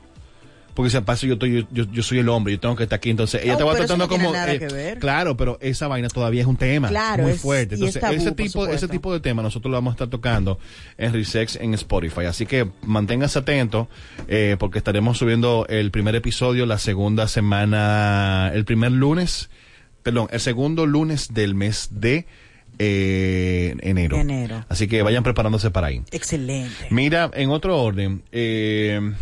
Speaker 1: Porque si pasa yo, estoy- yo, yo- yo soy el hombre, yo tengo que estar aquí. Entonces ella
Speaker 2: Oh,
Speaker 1: estaba
Speaker 2: pero eso
Speaker 1: tratando
Speaker 2: no tiene
Speaker 1: como. eh,
Speaker 2: nada que ver.
Speaker 1: Claro, pero esa vaina todavía es un tema
Speaker 2: Claro,
Speaker 1: muy
Speaker 2: es-
Speaker 1: fuerte.
Speaker 2: y
Speaker 1: Entonces,
Speaker 2: es tabú,
Speaker 1: ese,
Speaker 2: por
Speaker 1: tipo, ese
Speaker 2: supuesto.
Speaker 1: tipo de tema nosotros lo vamos a estar tocando en Resex en Spotify. Así que manténgase atento eh, porque estaremos subiendo el primer episodio la segunda semana, el primer lunes, perdón, el segundo lunes del mes de eh, enero.
Speaker 2: Enero.
Speaker 1: Así que vayan preparándose para ahí.
Speaker 2: Excelente.
Speaker 1: Mira, en otro orden, eh,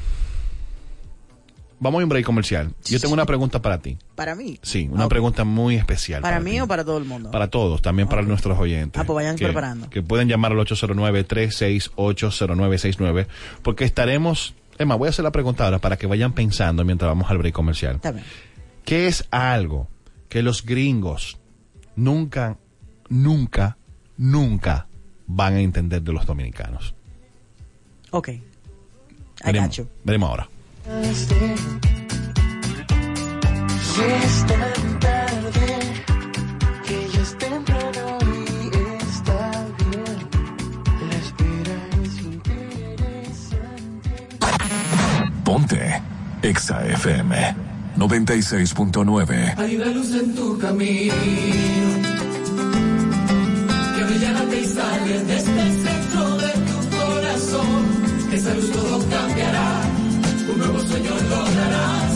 Speaker 1: vamos a un break comercial. Yo tengo una pregunta para ti.
Speaker 2: Para mí.
Speaker 1: Mm. Sí, una
Speaker 2: Ah, ok.
Speaker 1: pregunta muy especial.
Speaker 2: Para mí o para todo el mundo.
Speaker 1: Para todos, también para nuestros oyentes.
Speaker 2: Ah, pues vayan
Speaker 1: que,
Speaker 2: preparando.
Speaker 1: Que pueden llamar al 809-368-0969, porque estaremos... Emma, voy a hacer la pregunta ahora para que vayan pensando mientras vamos al break comercial.
Speaker 2: Está bien.
Speaker 1: ¿Qué es algo que los gringos nunca, nunca, nunca van a entender de los dominicanos?
Speaker 2: Ok. I got
Speaker 1: Veremos-
Speaker 2: you.
Speaker 1: veremos ahora.
Speaker 5: Si es tan tarde que ya es temprano y está bien. La espera es interesante.
Speaker 7: Ponte Exa FM 96.9.
Speaker 5: Hay una luz en tu camino que brillante y sale desde el centro de tu corazón. Esa luz todo cambiará, un nuevo sueño lograrás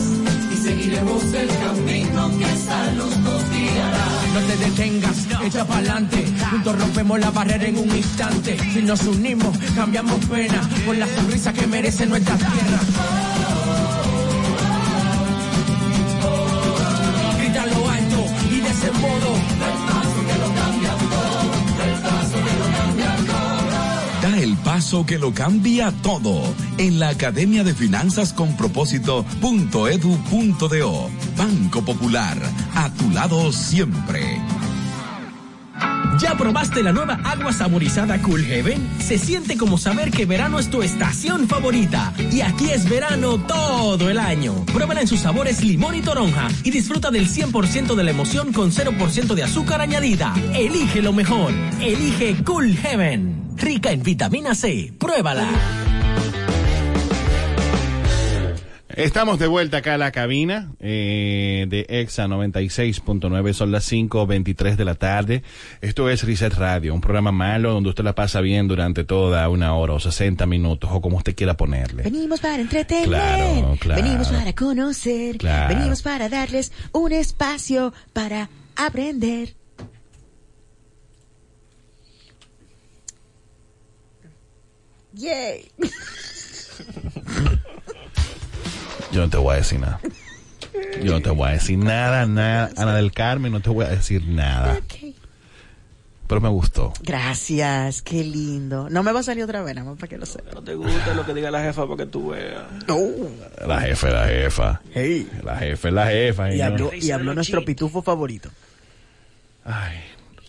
Speaker 5: y seguiremos el camino que esa luz nos guiará.
Speaker 8: No te detengas, echa pa'lante. Juntos rompemos la barrera en un instante. Si nos unimos, cambiamos pena por la sonrisa que merece nuestra tierra. Grita lo alto y de ese modo.
Speaker 7: Da el paso que lo cambia todo en la Academia de Finanzas con Propósito.edu.do. Banco Popular, a tu lado siempre.
Speaker 8: ¿Ya probaste la nueva agua saborizada Cool Heaven? Se siente como saber que verano es tu estación favorita. Y aquí es verano todo el año. Pruébala en sus sabores limón y toronja y disfruta del 100% de la emoción con 0% de azúcar añadida. Elige lo mejor. Elige Cool Heaven. Rica en vitamina C. Pruébala.
Speaker 1: Estamos de vuelta acá a la cabina eh, de EXA 96.9, son las 5.23 de la tarde. Esto es Reset Radio, un programa malo donde usted la pasa bien durante toda una hora o 60 minutos o como usted quiera ponerle.
Speaker 9: Venimos para entretener.
Speaker 1: Claro, claro.
Speaker 9: Venimos para conocer.
Speaker 1: Claro.
Speaker 9: Venimos para darles un espacio para aprender.
Speaker 2: Yay.
Speaker 1: Yo no te voy a decir nada. Yo no te voy a decir nada, nada. Ana del Carmen, no te voy a decir nada.
Speaker 9: Ok.
Speaker 1: Pero me gustó.
Speaker 2: Gracias, qué lindo. No me va a salir otra vez, nada más para que lo sepa.
Speaker 3: No te gusta lo que diga la jefa porque tú veas.
Speaker 1: La jefa, la jefa. La jefa, la jefa.
Speaker 2: Y
Speaker 1: señor.
Speaker 2: habló, y habló nuestro pitufo favorito.
Speaker 1: Ay.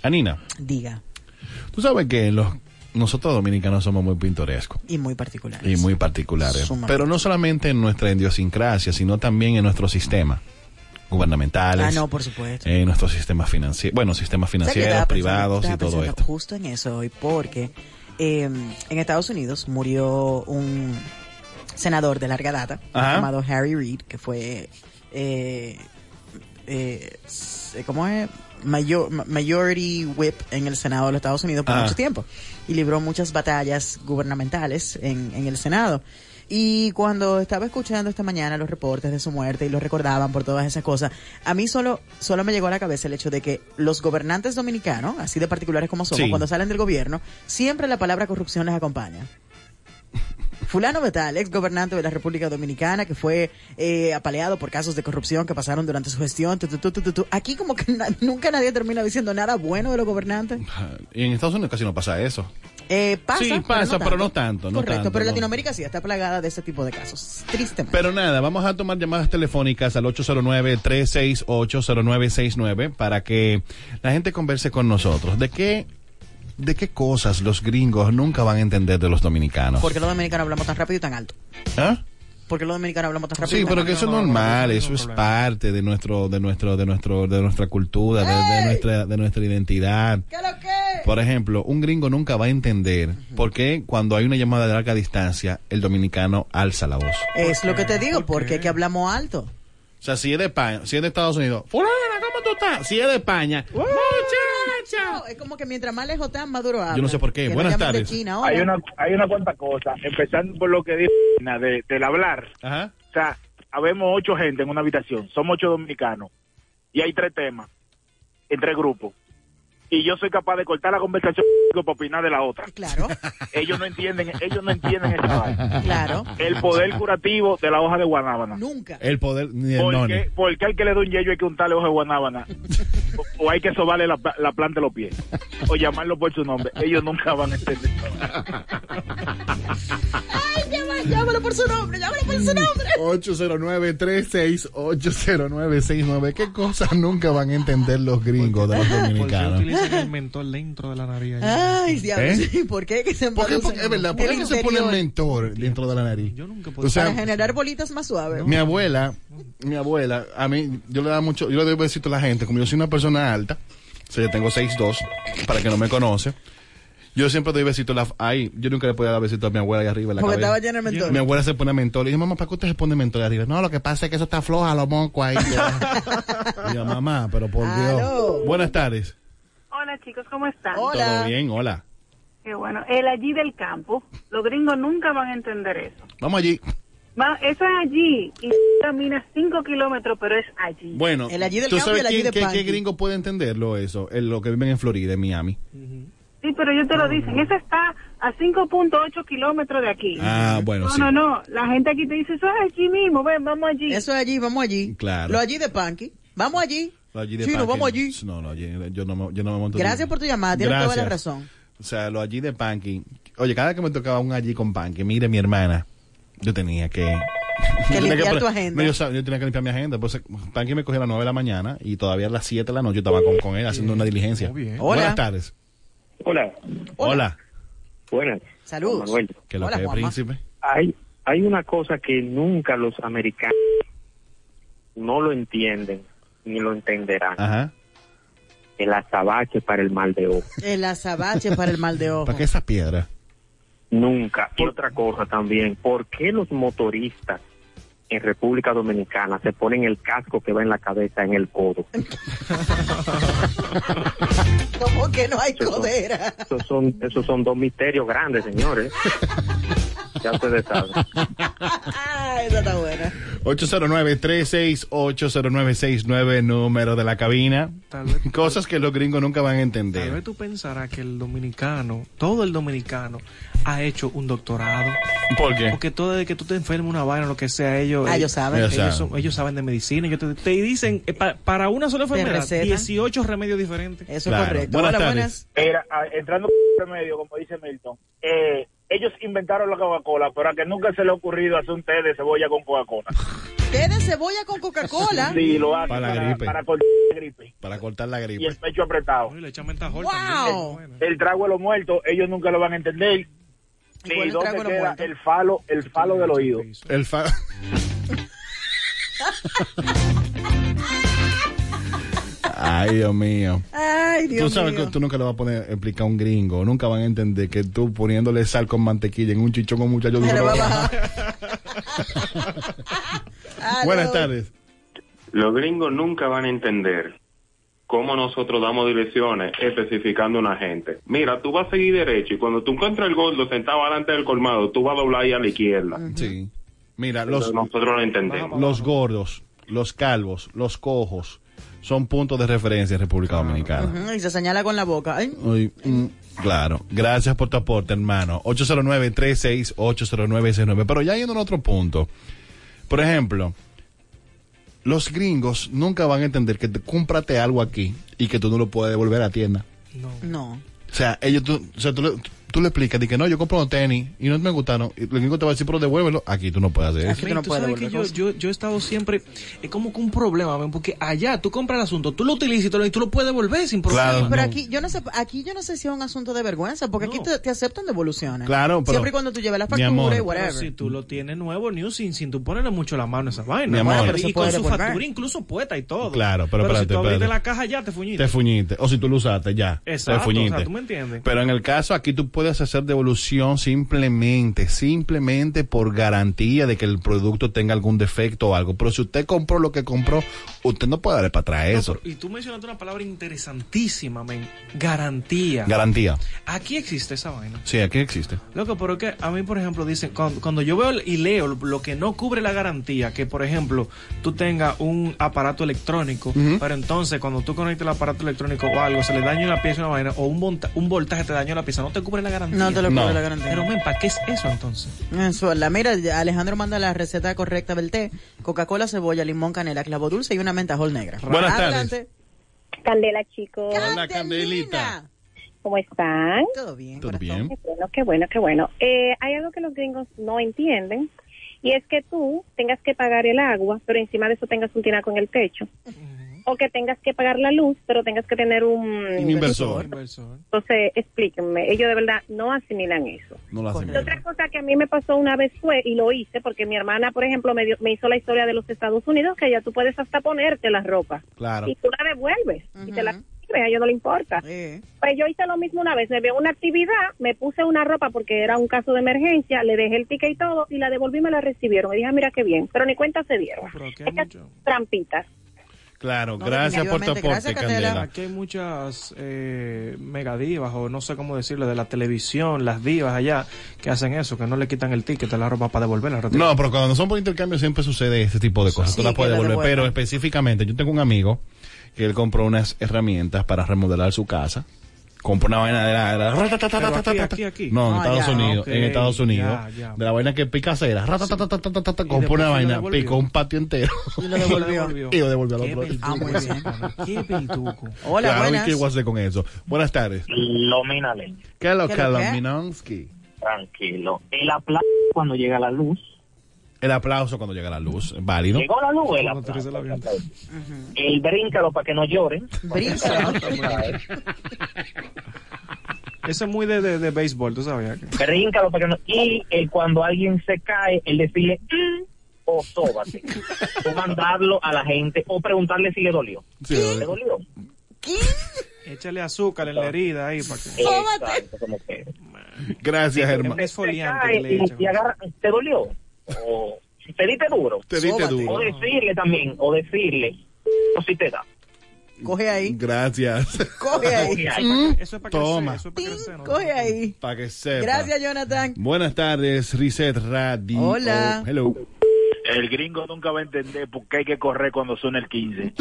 Speaker 1: Anina,
Speaker 2: Diga,
Speaker 1: tú sabes que los, nosotros dominicanos somos muy pintorescos.
Speaker 2: y muy Ah, particular.
Speaker 1: y muy particulares.
Speaker 2: Sumamente.
Speaker 1: Pero no solamente en nuestra idiosincrasia, sino también en nuestro sistema gubernamentales,
Speaker 2: Ah, no, por supuesto.
Speaker 1: en nuestros sistemas financieros, bueno, sistemas
Speaker 2: O sea, que yo
Speaker 1: financieros,
Speaker 2: estaba
Speaker 1: Eh, privados
Speaker 2: pensando-
Speaker 1: y todo
Speaker 2: estaba
Speaker 1: esto.
Speaker 2: pensando Justo en eso hoy, porque eh, en Estados Unidos murió un senador de larga data
Speaker 1: Ajá.
Speaker 2: llamado Harry Reid, que fue, eh, eh, s- ¿cómo es? Mayor, ma- majority Whip en el Senado de los Estados Unidos por
Speaker 1: Ah.
Speaker 2: mucho tiempo y libró muchas batallas gubernamentales en, en el Senado. Y cuando estaba escuchando esta mañana los reportes de su muerte y lo recordaban por todas esas cosas, a mí solo, solo me llegó a la cabeza el hecho de que los gobernantes dominicanos, así de particulares como somos,
Speaker 1: Sí.
Speaker 2: cuando salen del gobierno, siempre la palabra corrupción les acompaña. Fulano de tal, ex gobernante de la República Dominicana, que fue eh, apaleado por casos de corrupción que pasaron durante su gestión. tu, tu, tu, tu, tu, tu. Aquí como que na- nunca nadie termina diciendo nada bueno de los gobernantes.
Speaker 1: Y en Estados Unidos casi no pasa eso.
Speaker 2: Eh, pasa,
Speaker 1: Sí, pasa, pero no tanto, no
Speaker 2: Correcto,
Speaker 1: tanto,
Speaker 2: pero
Speaker 1: no.
Speaker 2: Latinoamérica sí está plagada de este tipo de casos, tristemente.
Speaker 1: Pero nada, vamos a tomar llamadas telefónicas al 809-368-0969 para que la gente converse con nosotros. ¿De qué, ¿De qué cosas los gringos nunca van a entender de los dominicanos?
Speaker 2: ¿Por qué los dominicanos hablamos tan rápido y tan alto?
Speaker 1: ¿Ah?
Speaker 2: ¿Por qué los dominicanos hablamos tan rápido
Speaker 1: Sí,
Speaker 2: y tan
Speaker 1: pero
Speaker 2: alto?
Speaker 1: que eso es
Speaker 3: no, no, no,
Speaker 1: normal,
Speaker 3: no, no,
Speaker 1: eso es
Speaker 3: problema.
Speaker 1: parte de nuestro, de nuestro, de nuestro, de nuestra cultura, de, de nuestra, de nuestra identidad.
Speaker 2: ¿Qué lo que?
Speaker 1: Por ejemplo, un gringo nunca va a entender por qué cuando hay una llamada de larga distancia el dominicano alza la voz.
Speaker 2: Es lo que te digo,
Speaker 3: ¿Por
Speaker 2: porque
Speaker 3: qué?
Speaker 2: es que hablamos alto.
Speaker 1: O sea, si es de España, si es de Estados Unidos, fulana, ¿cómo tú estás? Si es de España,
Speaker 3: ¡Uh!
Speaker 2: No, es como que mientras más lejos están, más duro hablan.
Speaker 1: Yo no sé por qué.
Speaker 2: Que nos
Speaker 1: Buenas
Speaker 2: llaman de
Speaker 1: tardes.
Speaker 2: China, hola.
Speaker 4: Hay una, hay una cuanta cosa, empezando por lo que dijo Ana, de, del hablar.
Speaker 1: Ajá.
Speaker 4: O sea, habemos ocho gente en una habitación, somos ocho dominicanos, y hay tres temas, en tres grupos. Y yo soy capaz de cortar la conversación para opinar de la otra.
Speaker 2: Claro,
Speaker 4: Ellos no entienden, ellos no entienden esa vaina.
Speaker 2: claro.
Speaker 4: El poder curativo de la hoja de guanábana.
Speaker 2: Nunca.
Speaker 1: El poder ni el
Speaker 4: ¿Por
Speaker 1: noni.
Speaker 4: qué, por qué al que le da un yello hay que untarle hoja de guanábana? O, o hay que sobarle la, la planta de los pies. O llamarlo por su nombre. Ellos nunca van a entender.
Speaker 2: Ay, llama- llámalo por su nombre, llámalo por su nombre.
Speaker 1: 809-368-0969. ¿Qué cosas nunca van a entender los gringos de los
Speaker 3: ¿Por qué
Speaker 1: dominicanos?
Speaker 3: utilizan el mentol dentro de la nariz?
Speaker 2: Ay, diablo,
Speaker 1: ¿Eh?
Speaker 2: sí, ¿por qué? Que se
Speaker 1: ¿Por qué,
Speaker 2: embarazan?
Speaker 1: por qué- es verdad, ¿por
Speaker 2: El
Speaker 1: qué que se pone el
Speaker 2: interior,
Speaker 1: mentor dentro de la nariz?
Speaker 3: Yo nunca he
Speaker 1: O
Speaker 3: podido.
Speaker 1: sea,
Speaker 2: Para generar bolitas más suaves.
Speaker 1: mi abuela, mi abuela, a mí, yo le da mucho, yo le doy besito a la gente, como yo soy una persona alta, o sea, yo tengo 6'2, para que no me conoce, yo siempre doy besito a la, ahí, yo nunca le podía dar besito a mi abuela ahí arriba en la
Speaker 2: Porque
Speaker 1: cabeza.
Speaker 2: estaba lleno de mentol.
Speaker 1: Mi abuela se pone mentol, y dice, mamá, ¿para qué usted se pone mentol ahí arriba? No, lo que pasa es que eso está floja, los mocos ahí. Y yo, mamá, pero por Dios.
Speaker 2: Aló.
Speaker 1: Buenas tardes.
Speaker 10: Hola chicos, ¿cómo están?
Speaker 2: Hola.
Speaker 1: Todo bien, hola.
Speaker 10: Qué bueno. El allí del campo, los gringos nunca van a entender eso.
Speaker 1: Vamos allí.
Speaker 10: Va, eso es allí y camina 5 kilómetros, pero es allí.
Speaker 1: Bueno,
Speaker 2: El allí del
Speaker 1: ¿tú
Speaker 2: campo y
Speaker 1: sabes
Speaker 2: el allí
Speaker 1: quién-
Speaker 2: de
Speaker 1: qué, qué
Speaker 2: Panky.
Speaker 1: gringo puede entenderlo eso? El, lo que viven en Florida, en Miami.
Speaker 10: Sí, pero yo te lo dicen, eso está a 5.8 kilómetros de aquí.
Speaker 1: Ah, bueno,
Speaker 10: no,
Speaker 1: sí.
Speaker 10: no, no, la gente aquí te dice, eso es allí mismo, ven, vamos allí.
Speaker 2: Eso es allí, vamos allí.
Speaker 1: Claro.
Speaker 2: Lo allí de Panky. Vamos allí.
Speaker 1: Lo allí de
Speaker 2: Chino,
Speaker 1: Panky,
Speaker 2: vamos
Speaker 1: no.
Speaker 2: allí.
Speaker 1: No, no, allí- yo no, me- yo no me monto.
Speaker 2: Gracias por tu llamada, tienes toda la
Speaker 1: Gracias.
Speaker 2: razón.
Speaker 1: O sea, lo allí de Panky. Oye, cada vez que me tocaba un allí con Panky, mire mi hermana, yo tenía que...
Speaker 2: Que
Speaker 1: yo tenía
Speaker 2: limpiar
Speaker 1: poner-
Speaker 2: tu agenda.
Speaker 1: No, yo, sab- yo tenía que limpiar mi agenda. Pues, Panky me cogía a las 9 de la mañana y todavía a las 7 de la noche yo estaba con, con él haciendo una diligencia.
Speaker 3: Muy bien.
Speaker 2: Hola.
Speaker 1: Buenas tardes.
Speaker 4: Hola.
Speaker 1: Hola.
Speaker 4: Buenas.
Speaker 2: Saludos.
Speaker 4: Manuel.
Speaker 1: Que lo
Speaker 2: Hola,
Speaker 1: que es,
Speaker 2: Juanma.
Speaker 1: príncipe.
Speaker 4: hay, hay una cosa que nunca los americanos no lo entienden ni lo entenderán.
Speaker 1: Ajá.
Speaker 4: El azabache para el mal de ojo.
Speaker 2: El azabache para el mal de ojo.
Speaker 1: ¿Para qué esa piedra?
Speaker 4: Nunca. Y otra cosa también, ¿por qué los motoristas en República Dominicana se ponen el casco que va en la cabeza en el codo?
Speaker 2: ¿Cómo que no hay codera?
Speaker 4: Esos son, esos son dos misterios grandes, señores. Ya ustedes saben.
Speaker 2: Ah, esa está buena.
Speaker 1: 809-368-0969, número de la cabina.
Speaker 3: Tal vez-
Speaker 1: Cosas que los gringos nunca van a
Speaker 3: Tal
Speaker 1: entender.
Speaker 3: vez tú pensarás que el dominicano, todo el dominicano, ha hecho un doctorado.
Speaker 1: ¿Por qué?
Speaker 3: Porque todo desde que tú te enfermes una vaina, lo que sea, ellos.
Speaker 2: Ah,
Speaker 3: eh,
Speaker 2: ellos saben.
Speaker 1: Ellos
Speaker 3: ellos,
Speaker 1: saben.
Speaker 3: son- ellos saben de medicina. Ellos te, te dicen, eh, pa- para una sola enfermedad,
Speaker 2: recetan.
Speaker 3: 18 remedios diferentes.
Speaker 2: Eso
Speaker 1: Claro.
Speaker 2: es correcto.
Speaker 1: Buenas
Speaker 2: Hola,
Speaker 1: tardes.
Speaker 2: buenas.
Speaker 11: Mira, a- entrando en medio, como dice Milton, eh, ellos inventaron la Coca-Cola, pero a que nunca se le ha ocurrido hacer un té de cebolla con Coca-Cola.
Speaker 2: Té de cebolla con Coca-Cola.
Speaker 11: Sí, lo hacen
Speaker 1: Para la
Speaker 11: para,
Speaker 1: gripe.
Speaker 11: para cortar la gripe
Speaker 1: Para cortar la
Speaker 11: y
Speaker 1: gripe.
Speaker 11: el pecho apretado.
Speaker 3: Uy, le echan mentajol
Speaker 2: Wow.
Speaker 3: también. Bueno.
Speaker 11: El trago de los muertos, ellos nunca lo van a entender.
Speaker 2: ¿Y cuál
Speaker 11: Ni
Speaker 2: es el trago
Speaker 11: dónde
Speaker 2: de los
Speaker 11: queda
Speaker 2: muertos?
Speaker 11: el falo, el falo del oído.
Speaker 1: El fa- Ay, Dios mío.
Speaker 2: Ay, Dios
Speaker 1: tú sabes
Speaker 2: mío.
Speaker 1: que tú nunca le vas a poner a explicar a un gringo. Nunca van a entender que tú poniéndole sal con mantequilla en un chichón con muchacho
Speaker 2: Se
Speaker 1: duro.
Speaker 2: le va a
Speaker 1: lo-
Speaker 2: bajar. Aló.
Speaker 1: Buenas tardes.
Speaker 4: Los gringos nunca van a entender cómo nosotros damos direcciones especificando a una gente. Mira, tú vas a seguir derecho y cuando tú encuentras el gordo sentado delante del colmado, tú vas a doblar ahí a la izquierda.
Speaker 1: Sí. Mira, los,
Speaker 4: Entonces, nosotros lo entendemos.
Speaker 1: los gordos, los calvos, los cojos son puntos de referencia en República Dominicana.
Speaker 2: Ujú, Y se señala con la boca. Ay,
Speaker 1: Ay, mm, claro. Gracias por tu aporte, hermano. 809-3680969. Pero ya yendo a otro punto. Por ejemplo, los gringos nunca van a entender que te, cómprate algo aquí y que tú no lo puedes devolver a la tienda.
Speaker 3: No.
Speaker 2: no.
Speaker 1: O sea, ellos, tú, o sea, tú, le, tú le explicas, di que no, yo compro unos tenis y no me gustaron. Y el gringo te va a decir, pero devuélvelo. Aquí tú no puedes hacer eso.
Speaker 2: Aquí tú no
Speaker 3: Tú
Speaker 2: puedes
Speaker 3: sabes que yo,
Speaker 2: devolver
Speaker 3: yo, yo he estado siempre. Es como que un problema, men, porque allá tú compras el asunto, tú lo utilizas y, te lo- y tú lo puedes devolver sin problema.
Speaker 1: Claro.
Speaker 2: Pero
Speaker 1: Oh, No.
Speaker 2: aquí yo no sé, aquí yo no sé si es un asunto de vergüenza, porque aquí
Speaker 3: No.
Speaker 2: te, te aceptan devoluciones.
Speaker 1: Claro, pero-
Speaker 2: siempre y cuando tú lleves la
Speaker 1: Mi amor.
Speaker 2: factura y
Speaker 3: Pero
Speaker 2: whatever.
Speaker 3: si tú lo tienes nuevo, new, sin, sin tú ponerle mucho la mano a esa vaina.
Speaker 1: Mi amor. Bueno, pero
Speaker 2: se
Speaker 3: y
Speaker 2: puede
Speaker 3: con su
Speaker 2: devolver.
Speaker 3: factura incluso puesta y todo.
Speaker 1: Claro, pero
Speaker 3: si
Speaker 1: espérate,
Speaker 3: tú abriste
Speaker 1: espérate.
Speaker 3: la caja ya te fuñiste.
Speaker 1: Te fuñiste. O si tú lo usaste, ya.
Speaker 3: Exacto,
Speaker 1: te fuñiste.
Speaker 3: o sea, tú me entiendes.
Speaker 1: Pero en el caso aquí tú puedes hacer devolución simplemente, simplemente por garantía de que el producto tenga algún defecto o algo. Pero si usted compró lo que compró, usted no puede darle para atrás
Speaker 3: No,
Speaker 1: eso.
Speaker 3: pero- y tú mencionaste una palabra interesantísima, men. Garantía.
Speaker 1: Garantía.
Speaker 3: Aquí existe esa vaina.
Speaker 1: Sí, aquí existe.
Speaker 3: Loco, pero es que a mí, por ejemplo, dicen, cuando, cuando yo veo y leo lo que no cubre la garantía, que por ejemplo tú tengas un aparato electrónico, pero entonces cuando tú conectas el aparato electrónico o algo, se le daña una pieza, una vaina, o un, monta- un voltaje te dañó la pieza, no te cubre la garantía.
Speaker 2: no te lo
Speaker 1: No.
Speaker 2: puedo la garantía.
Speaker 3: Pero, men, ¿para qué es eso entonces?
Speaker 2: Eso, la mira, Alejandro manda la receta correcta del té: Coca-Cola, cebolla, limón, canela, clavo dulce y una mentajol negra.
Speaker 1: Buenas tardes.
Speaker 2: Adelante.
Speaker 9: Candela, chicos.
Speaker 1: Hola, Candelita.
Speaker 9: ¿Cómo están?
Speaker 2: Todo bien.
Speaker 1: ¿Todo bien?
Speaker 2: corazón?
Speaker 9: Qué bueno, qué bueno, qué bueno. Eh, hay algo que los gringos no entienden y es que tú tengas que pagar el agua, pero encima de eso tengas un tinaco en el techo. O que tengas que pagar la luz, pero tengas que tener
Speaker 2: eh,
Speaker 1: Un
Speaker 9: un...
Speaker 1: inversor.
Speaker 3: Inversor.
Speaker 9: Entonces, explíquenme, ellos de verdad no asimilan eso.
Speaker 1: No lo hacen.
Speaker 9: Y otra cosa que a mí me pasó una vez fue, y lo hice, porque mi hermana, por ejemplo, me, dio- me hizo la historia de los Estados Unidos, que allá tú puedes hasta ponerte la ropa.
Speaker 1: Claro.
Speaker 9: Y tú la devuelves. Y te la
Speaker 2: Ujú.
Speaker 9: devuelves, a ellos no le importa.
Speaker 2: Eh,
Speaker 9: Pues yo hice lo mismo una vez, me veo una actividad, me puse una ropa porque era un caso de emergencia, le dejé el ticket y todo, y la devolví y me la recibieron. Y dije, "Ah, mira qué bien, pero ni cuenta se dieron.
Speaker 3: Pero aquí hay
Speaker 9: Es que
Speaker 3: mucho.
Speaker 9: trampitas.
Speaker 1: Claro.
Speaker 2: No,
Speaker 1: gracias por tu
Speaker 2: definitivamente.
Speaker 1: aporte,
Speaker 2: Gracias, Candela.
Speaker 1: Candela.
Speaker 3: Aquí hay muchas eh, megadivas, o no sé cómo decirlo, de la televisión, las divas allá, que hacen eso, que no le quitan el ticket a la ropa para devolverla.
Speaker 1: No, pero cuando son por intercambio siempre sucede ese tipo de cosas.
Speaker 2: Sí,
Speaker 1: Tú las
Speaker 2: que
Speaker 1: puedes
Speaker 2: la
Speaker 1: devolver.
Speaker 2: devuelven.
Speaker 1: Pero específicamente, yo tengo un amigo que él compró unas herramientas para remodelar su casa. Compró una vaina de la. de la-
Speaker 3: aquí, aquí, aquí.
Speaker 1: No, en
Speaker 2: Ah,
Speaker 1: Estados
Speaker 2: ya,
Speaker 1: Unidos.
Speaker 3: ok.
Speaker 1: En Estados Unidos.
Speaker 3: Ya, ya.
Speaker 1: De la vaina que pica cera. ratatatatata,
Speaker 3: Y
Speaker 1: Compró
Speaker 3: después
Speaker 1: una
Speaker 3: lo
Speaker 1: vaina,
Speaker 3: devolvió.
Speaker 1: picó un patio entero.
Speaker 2: y lo devolvió.
Speaker 1: Y lo devolvió al
Speaker 3: Qué
Speaker 1: otro.
Speaker 3: peltuco
Speaker 2: Ah, muy
Speaker 3: ese
Speaker 2: bien.
Speaker 3: pana, Qué peltuco.
Speaker 2: Hola,
Speaker 1: Claro, ¿y
Speaker 2: buenas.
Speaker 1: ¿qué voy a hacer con eso? Buenas tardes.
Speaker 11: Lomínale,
Speaker 1: ¿Qué es lo
Speaker 2: ¿Qué
Speaker 1: que
Speaker 2: lo
Speaker 1: lo
Speaker 2: que?
Speaker 1: Minonsky?
Speaker 11: tranquilo. El aplauso cuando llega la luz.
Speaker 1: El aplauso cuando llega la luz. Válido.
Speaker 11: Llegó la luz, el
Speaker 3: Cuando aterriza el
Speaker 11: aplauso.
Speaker 3: avión.
Speaker 11: El bríncalo para que no lloren.
Speaker 2: Bríncalo.
Speaker 3: Eso es muy de, de, de béisbol, tú sabes.
Speaker 11: Bríncalo para que no... Y el cuando alguien se cae, el decirle... "Mm", o sóbate. o mandarlo a la gente. O preguntarle si le dolió.
Speaker 1: Sí,
Speaker 11: ¿Le
Speaker 1: lo-
Speaker 11: dolió?
Speaker 3: Échale azúcar en la herida ahí para que...
Speaker 2: Sóbate.
Speaker 11: Exacto, como que-
Speaker 1: Gracias,
Speaker 3: Un
Speaker 1: hermano.
Speaker 11: Te
Speaker 3: esfoliante que
Speaker 11: cae
Speaker 3: le
Speaker 11: y-
Speaker 3: echan.
Speaker 11: y agarra- ¿Te dolió? O si te diste duro.
Speaker 1: Te diste
Speaker 2: Sóbate.
Speaker 1: duro.
Speaker 11: O decirle también, o decirle, o si te da.
Speaker 2: Coge ahí.
Speaker 1: Gracias.
Speaker 2: Coge ahí.
Speaker 3: Eso es para
Speaker 1: Toma.
Speaker 3: crecer, eso es
Speaker 2: Ting, Coge ahí.
Speaker 1: Para que sepa.
Speaker 2: Gracias, Jonathan.
Speaker 1: Buenas tardes, Reset Radio. Oh,
Speaker 2: Hola.
Speaker 1: Hello.
Speaker 12: El gringo nunca va a entender por qué hay que correr cuando suena el 15.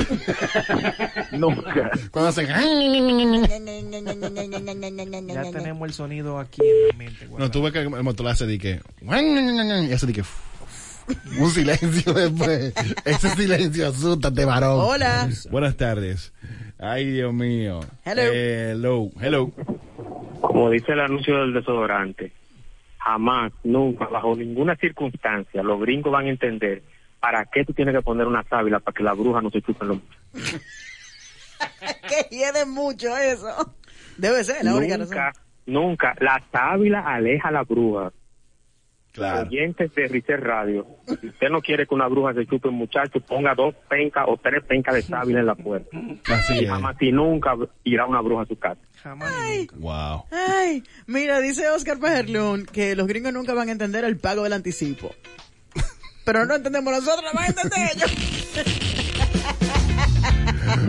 Speaker 12: nunca.
Speaker 1: Cuando hacen. "Ah,
Speaker 3: Ya tenemos el sonido aquí en la mente.
Speaker 1: No, tuve que el motor hace de que. "Ah, Y hace de que. Un silencio después. Ese silencio, asústate, varón.
Speaker 2: Hola.
Speaker 1: Buenas tardes. Ay, Dios mío.
Speaker 2: Hello.
Speaker 1: Hello. Hello.
Speaker 4: Como dice el anuncio del desodorante, jamás, nunca, bajo ninguna circunstancia, los gringos van a entender para qué tú tienes que poner una sábila para que la bruja no se chupe en los
Speaker 2: que hiede mucho eso. Debe ser la única razón.
Speaker 4: nunca, nunca. La sábila aleja a la bruja.
Speaker 1: Claro.
Speaker 4: Oyentes de Ricer Radio, si usted no quiere que una bruja se chupe un muchacho, ponga dos pencas o tres pencas de sábila en la puerta.
Speaker 1: Así
Speaker 4: y
Speaker 1: es.
Speaker 4: jamás y nunca irá una bruja a su casa.
Speaker 2: Ay,
Speaker 1: Wow.
Speaker 2: ay, mira, dice Oscar Pajerlun que los gringos nunca van a entender el pago del anticipo. Pero no entendemos nosotros, lo van a entender ellos. Ah.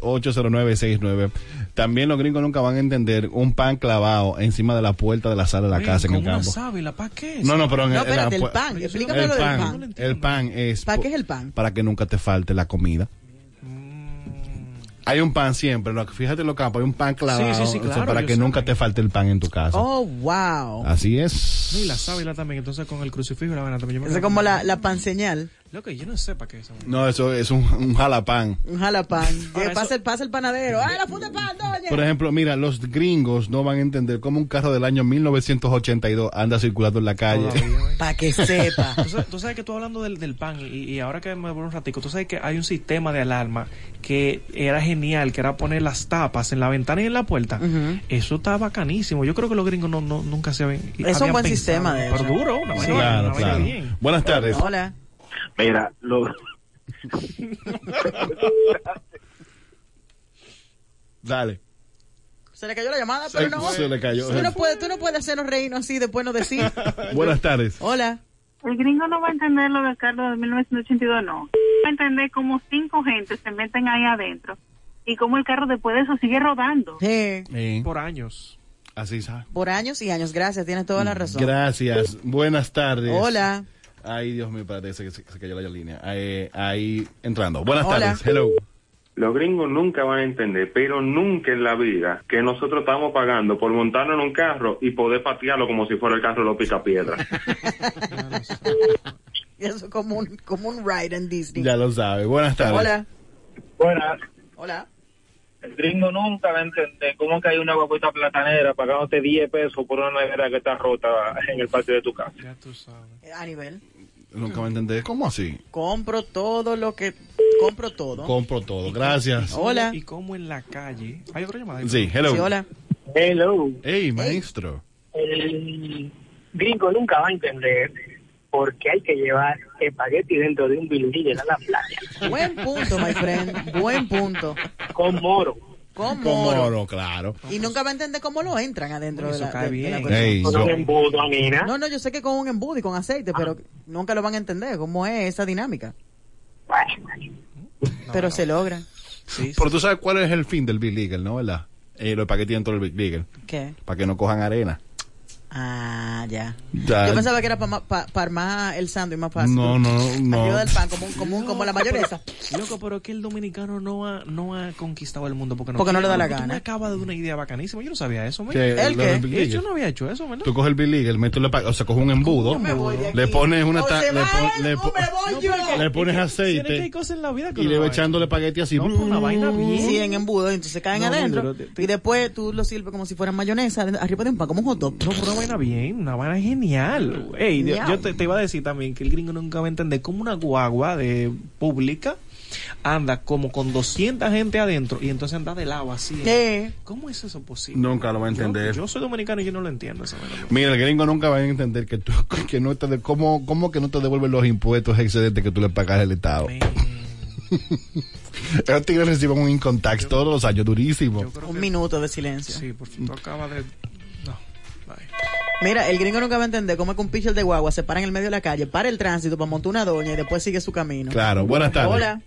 Speaker 1: 809-3680969. También los gringos nunca van a entender un pan clavado encima de la puerta de la sala de la casa en el campo.
Speaker 3: ¿Para qué?
Speaker 1: No, no, pero en
Speaker 2: No,
Speaker 1: en la
Speaker 2: espérate, el
Speaker 1: pu-
Speaker 2: pan. Explícame
Speaker 1: el
Speaker 2: lo del
Speaker 1: pan,
Speaker 2: pan.
Speaker 1: El pan es
Speaker 2: ¿Para qué es el pan?
Speaker 1: para que nunca te falte la comida. Hay un pan siempre, lo- fíjate lo capo, hay un pan clavado
Speaker 3: Mm. Sí, sí, sí,
Speaker 1: o sea,
Speaker 3: claro,
Speaker 1: para
Speaker 3: yo
Speaker 1: que
Speaker 3: sé.
Speaker 1: nunca te falte el pan en tu casa.
Speaker 2: Oh, wow.
Speaker 1: Así es.
Speaker 3: Y la sábila también, entonces con el crucifijo y la vaina también. Yo me
Speaker 2: Esa es
Speaker 3: quedo-
Speaker 2: como la, la pan señal,
Speaker 3: Loco, yo no sé para qué es esa vaina.
Speaker 1: No, eso es un, un jalapán.
Speaker 2: un jalapán. Que
Speaker 3: eso-
Speaker 2: pasa, el, pasa el panadero. ¡Ay, la puta pan, doña!
Speaker 1: Por ejemplo, mira, los gringos no van a entender cómo un carro del año 1982 anda circulando en la calle.
Speaker 2: Para que sepa.
Speaker 3: Tú sabes, tú sabes que tú hablando del, del pan y, y ahora que me voy un ratico, tú sabes que hay un sistema de alarma que era genial, que era poner las tapas en la ventana y en la puerta. Eso está bacanísimo. Yo creo que los gringos no, no- nunca se ven.
Speaker 2: Es un buen sistema, de hecho.
Speaker 3: Pero duro, una vaina,
Speaker 1: claro,
Speaker 3: una vaina
Speaker 1: claro.
Speaker 3: bien.
Speaker 1: Buenas tardes.
Speaker 2: Hola.
Speaker 12: Mira, lo-
Speaker 1: Dale.
Speaker 2: Se le cayó la llamada,
Speaker 1: Se-
Speaker 2: pero no.
Speaker 1: se le cayó.
Speaker 2: Tú no puedes, tú no puedes hacernos reírnos así, después nos decís.
Speaker 1: Buenas tardes.
Speaker 2: Hola.
Speaker 10: El gringo no va a entender lo de Carlos de 1982, no. Va a entender cómo cinco gentes se meten ahí adentro y cómo el carro después de eso sigue rodando.
Speaker 2: Sí,
Speaker 1: Eh,
Speaker 3: Por años.
Speaker 1: así sabe.
Speaker 2: por años y años, gracias, tienes toda la razón.
Speaker 1: Gracias. Buenas tardes.
Speaker 2: Hola.
Speaker 1: Ay, Dios mío, espérate, se, se cayó la línea. Ahí, ahí entrando. Buenas
Speaker 2: Hola.
Speaker 1: tardes. Hello.
Speaker 4: Los gringos nunca van a entender, pero nunca en la vida, que nosotros estamos pagando por montarnos en un carro y poder patearlo como si fuera el carro de los picapiedras.
Speaker 2: Eso es como un, como un ride en Disney.
Speaker 1: Ya lo sabe. Buenas tardes.
Speaker 2: Hola.
Speaker 11: Bueno,
Speaker 2: Hola.
Speaker 11: el gringo nunca va a entender cómo que hay una guaguita platanera pagándote 10 pesos por una nevera que está rota en el patio de tu casa.
Speaker 3: Ya tú sabes.
Speaker 2: A nivel.
Speaker 1: Nunca me entendés. ¿Cómo así?
Speaker 2: eh, Compro todo lo que. Compro todo.
Speaker 1: Compro todo. Gracias.
Speaker 2: Hola.
Speaker 3: Y como en la calle. Hay otra llamada.
Speaker 1: Sí, hello.
Speaker 2: Sí, hola.
Speaker 11: Hello.
Speaker 1: Hey, maestro.
Speaker 11: El gringo nunca va a entender por qué hay que llevar espagueti dentro de un bilirriller a la playa
Speaker 2: Buen punto, my friend. Buen punto.
Speaker 11: con moro.
Speaker 2: Con
Speaker 1: Con
Speaker 2: moro.
Speaker 1: oro, claro.
Speaker 2: Y nunca va a entender cómo lo entran adentro
Speaker 3: Eso
Speaker 2: de la,
Speaker 3: cae
Speaker 2: de- de la
Speaker 3: bien.
Speaker 2: cosa.
Speaker 1: Ey,
Speaker 11: Con
Speaker 1: yo-
Speaker 11: un embudo, Amina.
Speaker 2: No, no, yo sé que con un embudo y con aceite, pero
Speaker 11: Ah.
Speaker 2: nunca lo van a entender cómo es esa dinámica.
Speaker 11: Bueno,
Speaker 2: pero se logra.
Speaker 3: Sí, sí.
Speaker 1: Pero tú sabes cuál es el fin del Big League, ¿no? ¿Verdad? Eh, los paquetes dentro del Big League.
Speaker 2: ¿Qué?
Speaker 1: Para que no cojan arena.
Speaker 2: Ah, ya.
Speaker 1: Ya-
Speaker 2: Yo pensaba que era para armar el sándwich más fácil.
Speaker 1: No, no, no.
Speaker 2: Ayuda del pan, como, un- como, un- como la
Speaker 3: Loco, pero-
Speaker 2: mayonesa.
Speaker 3: Loco, pero que el dominicano no ha, no ha conquistado el mundo porque no,
Speaker 2: Porque no le da
Speaker 3: quiere.
Speaker 2: la
Speaker 3: Tú
Speaker 2: gana.
Speaker 3: Me acaba de una idea bacanísima. Yo no sabía eso, man.
Speaker 1: Que
Speaker 2: ¿El
Speaker 1: lo del
Speaker 2: qué?
Speaker 1: Big
Speaker 3: Yo
Speaker 1: League.
Speaker 3: no había hecho eso, ¿verdad?
Speaker 1: Tú coges el Big League, metes la pa- o sea, coges un embudo,
Speaker 2: me voy de aquí.
Speaker 1: le pones una
Speaker 2: O
Speaker 1: ta-
Speaker 2: se
Speaker 1: le,
Speaker 2: va él,
Speaker 1: le
Speaker 2: o
Speaker 1: po-
Speaker 2: me voy
Speaker 3: No,
Speaker 2: yo.
Speaker 3: pero
Speaker 1: le pones
Speaker 3: Tiene que hay
Speaker 1: aceite
Speaker 3: cosas en la vida que
Speaker 1: y le
Speaker 3: no
Speaker 1: va
Speaker 3: hay.
Speaker 1: echándole espagueti así.
Speaker 3: No, pues, una vaina
Speaker 1: ¿Mm?
Speaker 3: bien.
Speaker 2: Sí, en embudo, entonces se caen
Speaker 3: No,
Speaker 2: adentro.
Speaker 3: pero te- te-
Speaker 2: Y después tú lo sirves como si fuera mayonesa, arriba de un pan, como un hot dog.
Speaker 3: No, pero una vaina bien, una vaina genial.
Speaker 2: Mm,
Speaker 3: Ey, yo, yo te, te iba a decir también que el gringo nunca va a entender cómo una guagua de pública anda como con 200 gente adentro y entonces anda de lado así.
Speaker 2: ¿Qué?
Speaker 3: ¿Cómo es eso posible?
Speaker 1: Nunca lo va a
Speaker 3: Yo-
Speaker 1: entender.
Speaker 3: Yo, soy dominicano y yo no lo entiendo. esa vaina.
Speaker 1: Mira, el gringo nunca va a entender que tú, que no te, de- cómo, cómo que no te devuelven los impuestos excedentes que tú le pagas al Estado.
Speaker 3: Men,
Speaker 1: Ellos tigres reciben un income tax todos los años, durísimo.
Speaker 3: yo creo
Speaker 2: Un
Speaker 3: que-
Speaker 2: minuto de silencio.
Speaker 3: Sí, por fin, tú acabas de... No, bye.
Speaker 2: Mira, el gringo nunca va a entender cómo es que un pitcher de guagua se para en el medio de la calle, para el tránsito, para montar una doña y después sigue su camino.
Speaker 1: Claro, buenas tardes.
Speaker 2: Hola.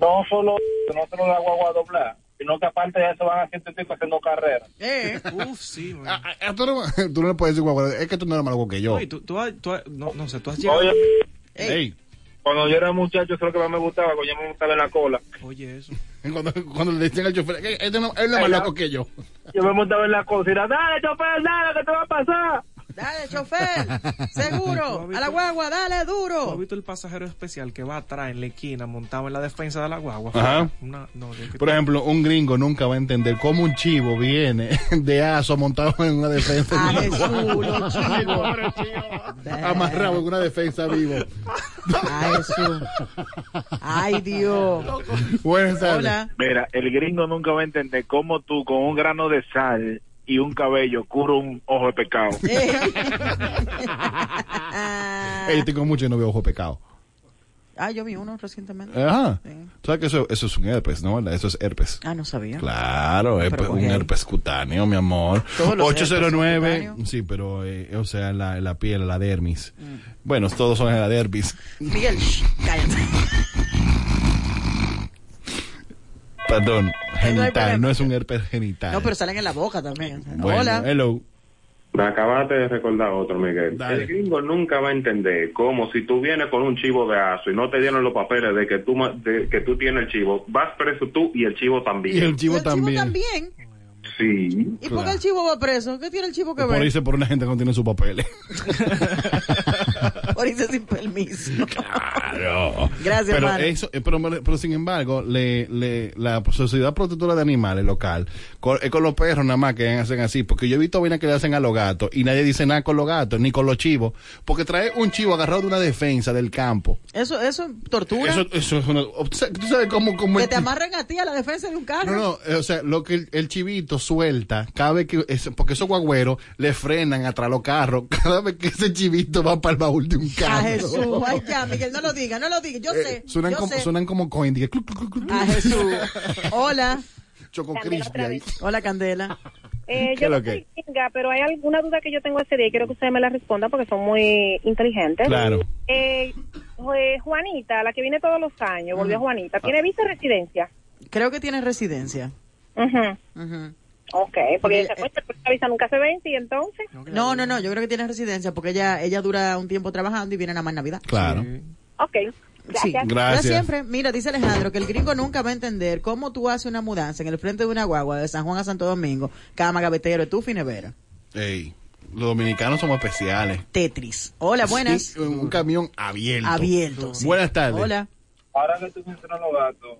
Speaker 13: no solo no solo la guagua doblar, sino que aparte de eso van haciendo tipo haciendo carrera.
Speaker 2: Eh,
Speaker 3: uff, sí, güey.
Speaker 1: Ah, Tú no, tú no le puedes decir guagua, es que tú no eres más loco que yo.
Speaker 3: Oye, tú, tú has- tú has- no, no sé, tú has llegado.
Speaker 13: Oye.
Speaker 1: Ey.
Speaker 13: Cuando yo era muchacho, eso es lo que más me gustaba, cuando yo me gustaba en la cola.
Speaker 3: Oye, eso.
Speaker 1: Cuando, cuando le decían al chofer, "Eh, este no, él no es más
Speaker 13: Ay, no.
Speaker 1: loco que yo.
Speaker 13: Yo me montaba en la cocina, dale, chofer, dale, que te va a pasar.
Speaker 2: Dale, chofer, seguro, a la guagua, dale
Speaker 3: ¿Tú has
Speaker 2: duro.
Speaker 3: visto el pasajero especial que va atrás en la esquina montado en la defensa de la guagua?
Speaker 1: Ajá.
Speaker 3: Una- no, yo que-
Speaker 1: Por ejemplo, un gringo nunca va a entender cómo un chivo viene de aso montado en una defensa.
Speaker 14: Ah,
Speaker 1: de
Speaker 14: Jesús,
Speaker 1: una guagua.
Speaker 14: los chivos.
Speaker 1: Pobre chivo. Amarrado en una defensa vivo.
Speaker 2: Ay, Jesús. Ay, Dios.
Speaker 1: Buenas
Speaker 2: tardes. Hola.
Speaker 12: Mira, el gringo nunca va a entender cómo tú con un grano de sal y un cabello curo un ojo de pecado.
Speaker 2: Eh.
Speaker 1: Ey, tengo mucho y no veo ojo de pecado.
Speaker 2: Ah, yo vi uno recientemente.
Speaker 1: Ajá.
Speaker 2: Sí.
Speaker 1: ¿Sabes que eso, eso es un herpes, no? ¿Verdad? Eso es herpes.
Speaker 2: Ah, no sabía.
Speaker 1: Claro, herpes-
Speaker 2: Pero,
Speaker 1: un
Speaker 2: ok.
Speaker 1: herpes cutáneo, mi amor.
Speaker 2: Todos los
Speaker 1: 809. Sí, pero, eh, o sea, la, la piel, la dermis.
Speaker 2: Mm.
Speaker 1: Bueno, todos son la dermis.
Speaker 2: Miguel, shh, cállate.
Speaker 1: Perdón,
Speaker 2: problema.
Speaker 1: genital. No es un herpes genital.
Speaker 2: No, pero salen en la boca también.
Speaker 1: Bueno,
Speaker 2: Hola.
Speaker 1: Hello.
Speaker 4: Me acabaste de recordar otro, Miguel.
Speaker 1: Dale.
Speaker 4: El gringo nunca va a entender cómo si tú vienes con un chivo de aso y no te dieron los papeles de que tú, ma- de que tú tienes el chivo, vas preso tú y el chivo también.
Speaker 1: Y el chivo
Speaker 2: El chivo
Speaker 1: también.
Speaker 2: también.
Speaker 4: Sí.
Speaker 2: ¿Y por qué el chivo va preso? ¿Qué tiene el chivo que
Speaker 1: Por
Speaker 2: ver?
Speaker 1: irse por una gente que no tiene sus papeles.
Speaker 2: Por irse sin permiso.
Speaker 1: Claro.
Speaker 2: Gracias,
Speaker 1: pero
Speaker 2: Mara.
Speaker 1: eso, eh, pero, pero sin embargo, le, le- la Sociedad Protectora de Animales local, con, es con los perros nada más que hacen así, porque yo he visto vainas que le hacen a los gatos y nadie dice nada con los gatos, ni con los chivos, porque trae un chivo agarrado de una defensa del campo.
Speaker 2: Eso, eso es tortura.
Speaker 1: Eso, eso es una... o sea, ¿Tú sabes cómo... cómo
Speaker 2: que
Speaker 1: el
Speaker 2: te
Speaker 1: chi-
Speaker 2: amarren a ti a la defensa de un carro.
Speaker 1: No, no, eh, o sea, lo que el, el chivito suelta, cada vez que, es- porque esos guagüeros le frenan atrás los carros, cada vez que ese chivito va para el baúl de un
Speaker 2: A
Speaker 1: carro.
Speaker 2: Jesús. Ay, ya, Miguel, no lo diga, no lo diga. Yo sé.
Speaker 1: Eh, Suenan
Speaker 2: yo
Speaker 1: como,
Speaker 2: sé.
Speaker 1: suenan como coin, dije, cluc, cluc, cluc, cluc.
Speaker 2: A Jesús. Hola.
Speaker 1: Choco
Speaker 9: Candela
Speaker 1: Crispy ahí.
Speaker 2: Hola, Candela.
Speaker 9: Eh,
Speaker 1: ¿Qué
Speaker 9: yo
Speaker 1: es lo
Speaker 9: no soy
Speaker 1: que?
Speaker 9: gringa, pero hay alguna duda que yo tengo ese día y quiero que ustedes me la respondan porque son muy inteligentes.
Speaker 1: Claro.
Speaker 9: Eh, eh, Juanita, la que viene todos los años,
Speaker 1: Mm.
Speaker 9: volvió
Speaker 1: Ah.
Speaker 9: Juanita, ¿tiene visa de residencia?
Speaker 2: Creo que tienes residencia.
Speaker 9: Ujú. Ok, porque
Speaker 2: Porque,
Speaker 1: eh,
Speaker 9: esa, esa visa nunca se vence y entonces...
Speaker 2: No, no, no, yo creo que tienes residencia porque ella ella dura un tiempo trabajando y viene nada más Navidad.
Speaker 1: Claro.
Speaker 9: Ok,
Speaker 2: Sí,
Speaker 9: gracias.
Speaker 2: Yo siempre, mira, dice Alejandro que el gringo nunca va a entender cómo tú haces una mudanza en el frente de una guagua de San Juan a Santo Domingo, cama, gavetero, estufa y nevera.
Speaker 1: Ey, los dominicanos somos especiales.
Speaker 2: Tetris. Hola, buenas.
Speaker 1: Sí, un camión abierto.
Speaker 2: Abierto, sí.
Speaker 1: Buenas tardes.
Speaker 2: Hola.
Speaker 13: Ahora que tú mencionas los gatos,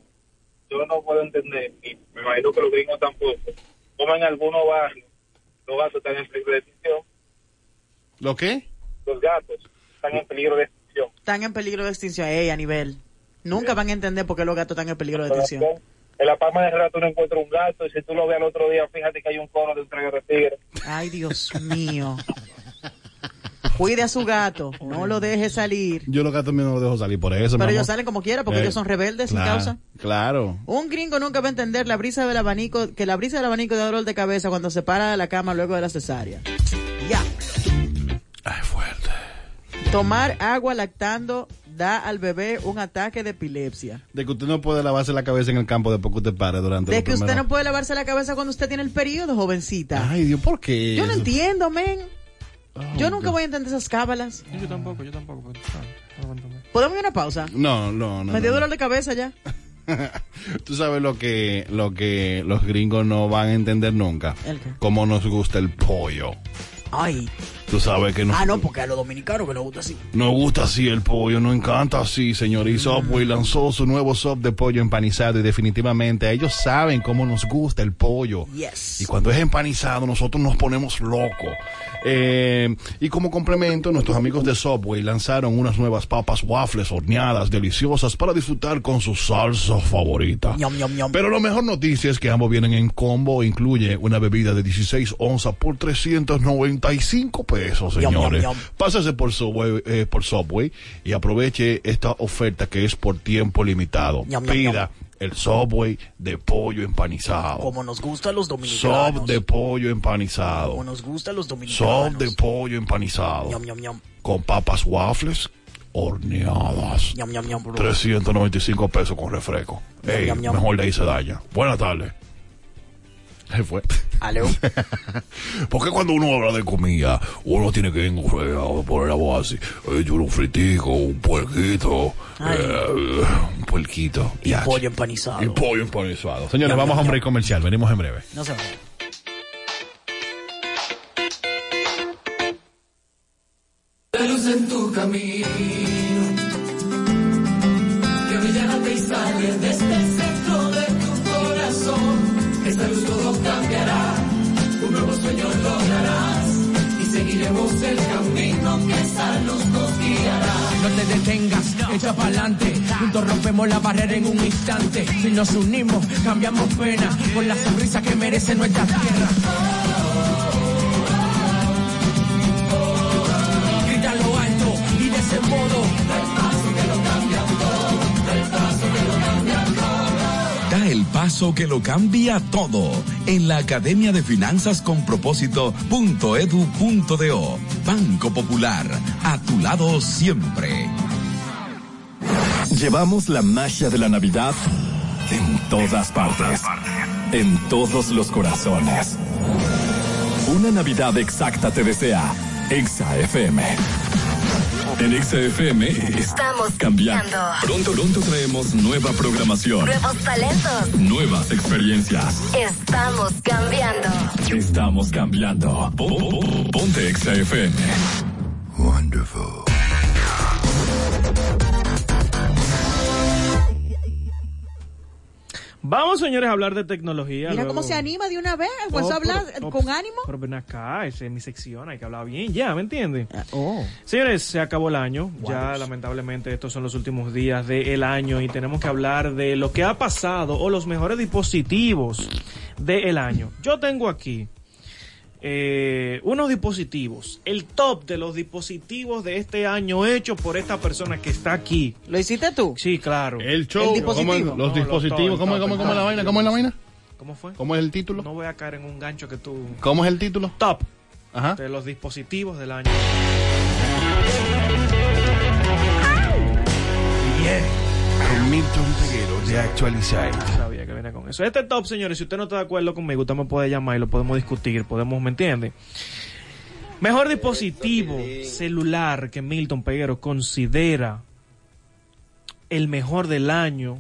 Speaker 13: yo no puedo entender, y me imagino que los gringos tampoco, como en algunos barrios los gatos están en peligro de extinción,
Speaker 1: ¿Lo qué?
Speaker 13: los gatos están en peligro de extinción.
Speaker 2: Están en peligro de extinción. Ey, a nivel. Nunca van a entender por qué los gatos están en peligro de extinción.
Speaker 13: En la palma del rato no encuentras un gato, y si tú lo ves al otro día, fíjate que hay un cono de un traguero de tigre.
Speaker 2: Ay, Dios mío. Cuide a su gato, no lo deje salir.
Speaker 1: Yo los gatos míos no los dejo salir por eso.
Speaker 2: Pero
Speaker 1: mi
Speaker 2: ellos
Speaker 1: amor.
Speaker 2: salen como quiera porque
Speaker 1: Ey,
Speaker 2: ellos son rebeldes sin
Speaker 1: claro,
Speaker 2: causa.
Speaker 1: Claro.
Speaker 2: Un gringo nunca va a entender la brisa del abanico, que la brisa del abanico da dolor de cabeza cuando se para de la cama luego de la cesárea. Ya. Tomar agua lactando da al bebé un ataque de epilepsia.
Speaker 1: De que usted no puede lavarse la cabeza en el campo después que usted pare durante
Speaker 2: De
Speaker 1: los
Speaker 2: que usted
Speaker 1: primeros-
Speaker 2: no puede lavarse la cabeza cuando usted tiene el periodo, jovencita.
Speaker 1: Ay, Dios, ¿por qué?
Speaker 2: Yo no
Speaker 1: eso?
Speaker 2: entiendo, men.
Speaker 3: Oh,
Speaker 2: Yo nunca voy a entender esas cábalas.
Speaker 3: Yo tampoco, yo tampoco. pero, ah, aguántame.
Speaker 2: ¿Podemos ir a una pausa?
Speaker 1: No, no, no.
Speaker 2: Me dio
Speaker 1: no.
Speaker 2: dolor de cabeza ya.
Speaker 1: Tú sabes lo que, lo que los gringos no van a entender nunca.
Speaker 2: ¿El qué?
Speaker 1: Cómo nos gusta el pollo.
Speaker 2: Ay.
Speaker 1: Tú sabes que nos,
Speaker 2: Ah, no, porque a los dominicanos que nos gusta así. Mm.
Speaker 1: nos gusta así el pollo, nos encanta así, señor. Y Subway lanzó su nuevo sub de pollo empanizado y definitivamente ellos saben cómo nos gusta el pollo.
Speaker 2: Yes.
Speaker 1: Y cuando es empanizado, nosotros nos ponemos locos. Eh, y como complemento, nuestros amigos de Subway lanzaron unas nuevas papas waffles horneadas deliciosas para disfrutar con su salsa favorita. Pero la mejor noticia es que ambos vienen en combo. Incluye una bebida de 16 onzas por 395 pesos,
Speaker 14: Yum, yum,
Speaker 1: señores.
Speaker 14: yum.
Speaker 1: Pásese por Subway, eh, por Subway y aproveche esta oferta que es por tiempo limitado.
Speaker 14: Yum, yum,
Speaker 1: Pida el Subway de pollo empanizado.
Speaker 14: Como nos gusta a los dominicanos.
Speaker 1: Sop de pollo
Speaker 14: Como
Speaker 1: empanizado.
Speaker 14: nos gusta a los dominicanos.
Speaker 1: Sop de pollo empanizado.
Speaker 14: Ñam, ñam, ñam.
Speaker 1: Con papas waffles
Speaker 15: horneadas. 395 pesos con refresco. Ey,
Speaker 2: Ñam, ñam.
Speaker 15: mejor de ahí se daña. Buenas tardes. Se fue.
Speaker 2: Aló.
Speaker 15: Porque cuando uno habla de comida, uno tiene que engorrar, poner la voz así. Eh, yo un fritico, un puerquito, eh, un puerquito.
Speaker 1: Y
Speaker 15: Ya,
Speaker 1: pollo
Speaker 2: empanizado.
Speaker 15: Y pollo empanizado. Ñam,
Speaker 1: Señores, vamos
Speaker 15: ñam,
Speaker 1: a un
Speaker 15: ñam.
Speaker 1: break comercial. Venimos en breve.
Speaker 2: No se vayan.
Speaker 5: La luz en tu camino que brillante y sale desde el centro de tu corazón. Esa luz todo cambiará, un nuevo sueño lograrás y seguiremos el camino que esa luz nos guiará.
Speaker 8: No te detengas, echa pa'lante. Juntos rompemos la barrera en un instante. Si nos unimos, cambiamos pena por la sonrisa que merece nuestra tierra. Grítalo alto y de ese modo.
Speaker 7: Da el paso que lo cambia todo en la Academia de Finanzas con Propósito.edu.do. Banco Popular, a tu lado siempre.
Speaker 14: Llevamos la magia de la Navidad en todas partes, en todos los corazones. Una Navidad exacta te desea Exa FM. En Exa FM
Speaker 16: Estamos
Speaker 14: cambiando.
Speaker 16: cambiando.
Speaker 14: Pronto, pronto traemos nueva programación,
Speaker 16: Nuevos talentos.
Speaker 14: nuevas experiencias.
Speaker 16: Estamos cambiando.
Speaker 14: Estamos cambiando. Po- po- po- Ponte Exa FM. Wonderful.
Speaker 3: Vamos, señores, a hablar de tecnología.
Speaker 2: Mira
Speaker 3: luego. Oh,
Speaker 2: cómo se anima de una vez.
Speaker 3: No,
Speaker 2: Pues habla
Speaker 3: pero- no,
Speaker 2: con
Speaker 3: pero-
Speaker 2: ánimo.
Speaker 3: Pero ven acá, esa es mi sección, hay que hablar bien ya, ¿me entiendes? Señores, se acabó el año. Ya lamentablemente estos son los últimos días del año y tenemos que hablar de lo que ha pasado o los mejores dispositivos del año. Yo tengo aquí eh, unos dispositivos, el top de los dispositivos de este año hecho por esta persona que está aquí.
Speaker 2: ¿Lo hiciste tú?
Speaker 3: Sí, claro.
Speaker 1: El show, ¿El ¿cómo es? dispositivo? Los
Speaker 3: No,
Speaker 1: dispositivos,
Speaker 3: top,
Speaker 1: ¿cómo es-
Speaker 3: top,
Speaker 1: cómo es-
Speaker 3: el
Speaker 1: cómo es la
Speaker 3: top.
Speaker 1: vaina? ¿Cómo es la vaina?
Speaker 3: ¿Cómo fue?
Speaker 1: ¿Cómo es el título?
Speaker 3: No voy a caer en un gancho que tú...
Speaker 1: ¿Cómo es el título?
Speaker 3: Top.
Speaker 1: Ajá.
Speaker 3: De los dispositivos del año.
Speaker 1: Bien. Milton Peguero de actualizar.
Speaker 3: Sabía que venía con eso. Este top, señores, si usted no está de acuerdo conmigo, usted me puede llamar y lo podemos discutir, podemos, ¿me entiende? Mejor dispositivo celular que Milton Peguero considera el mejor del año.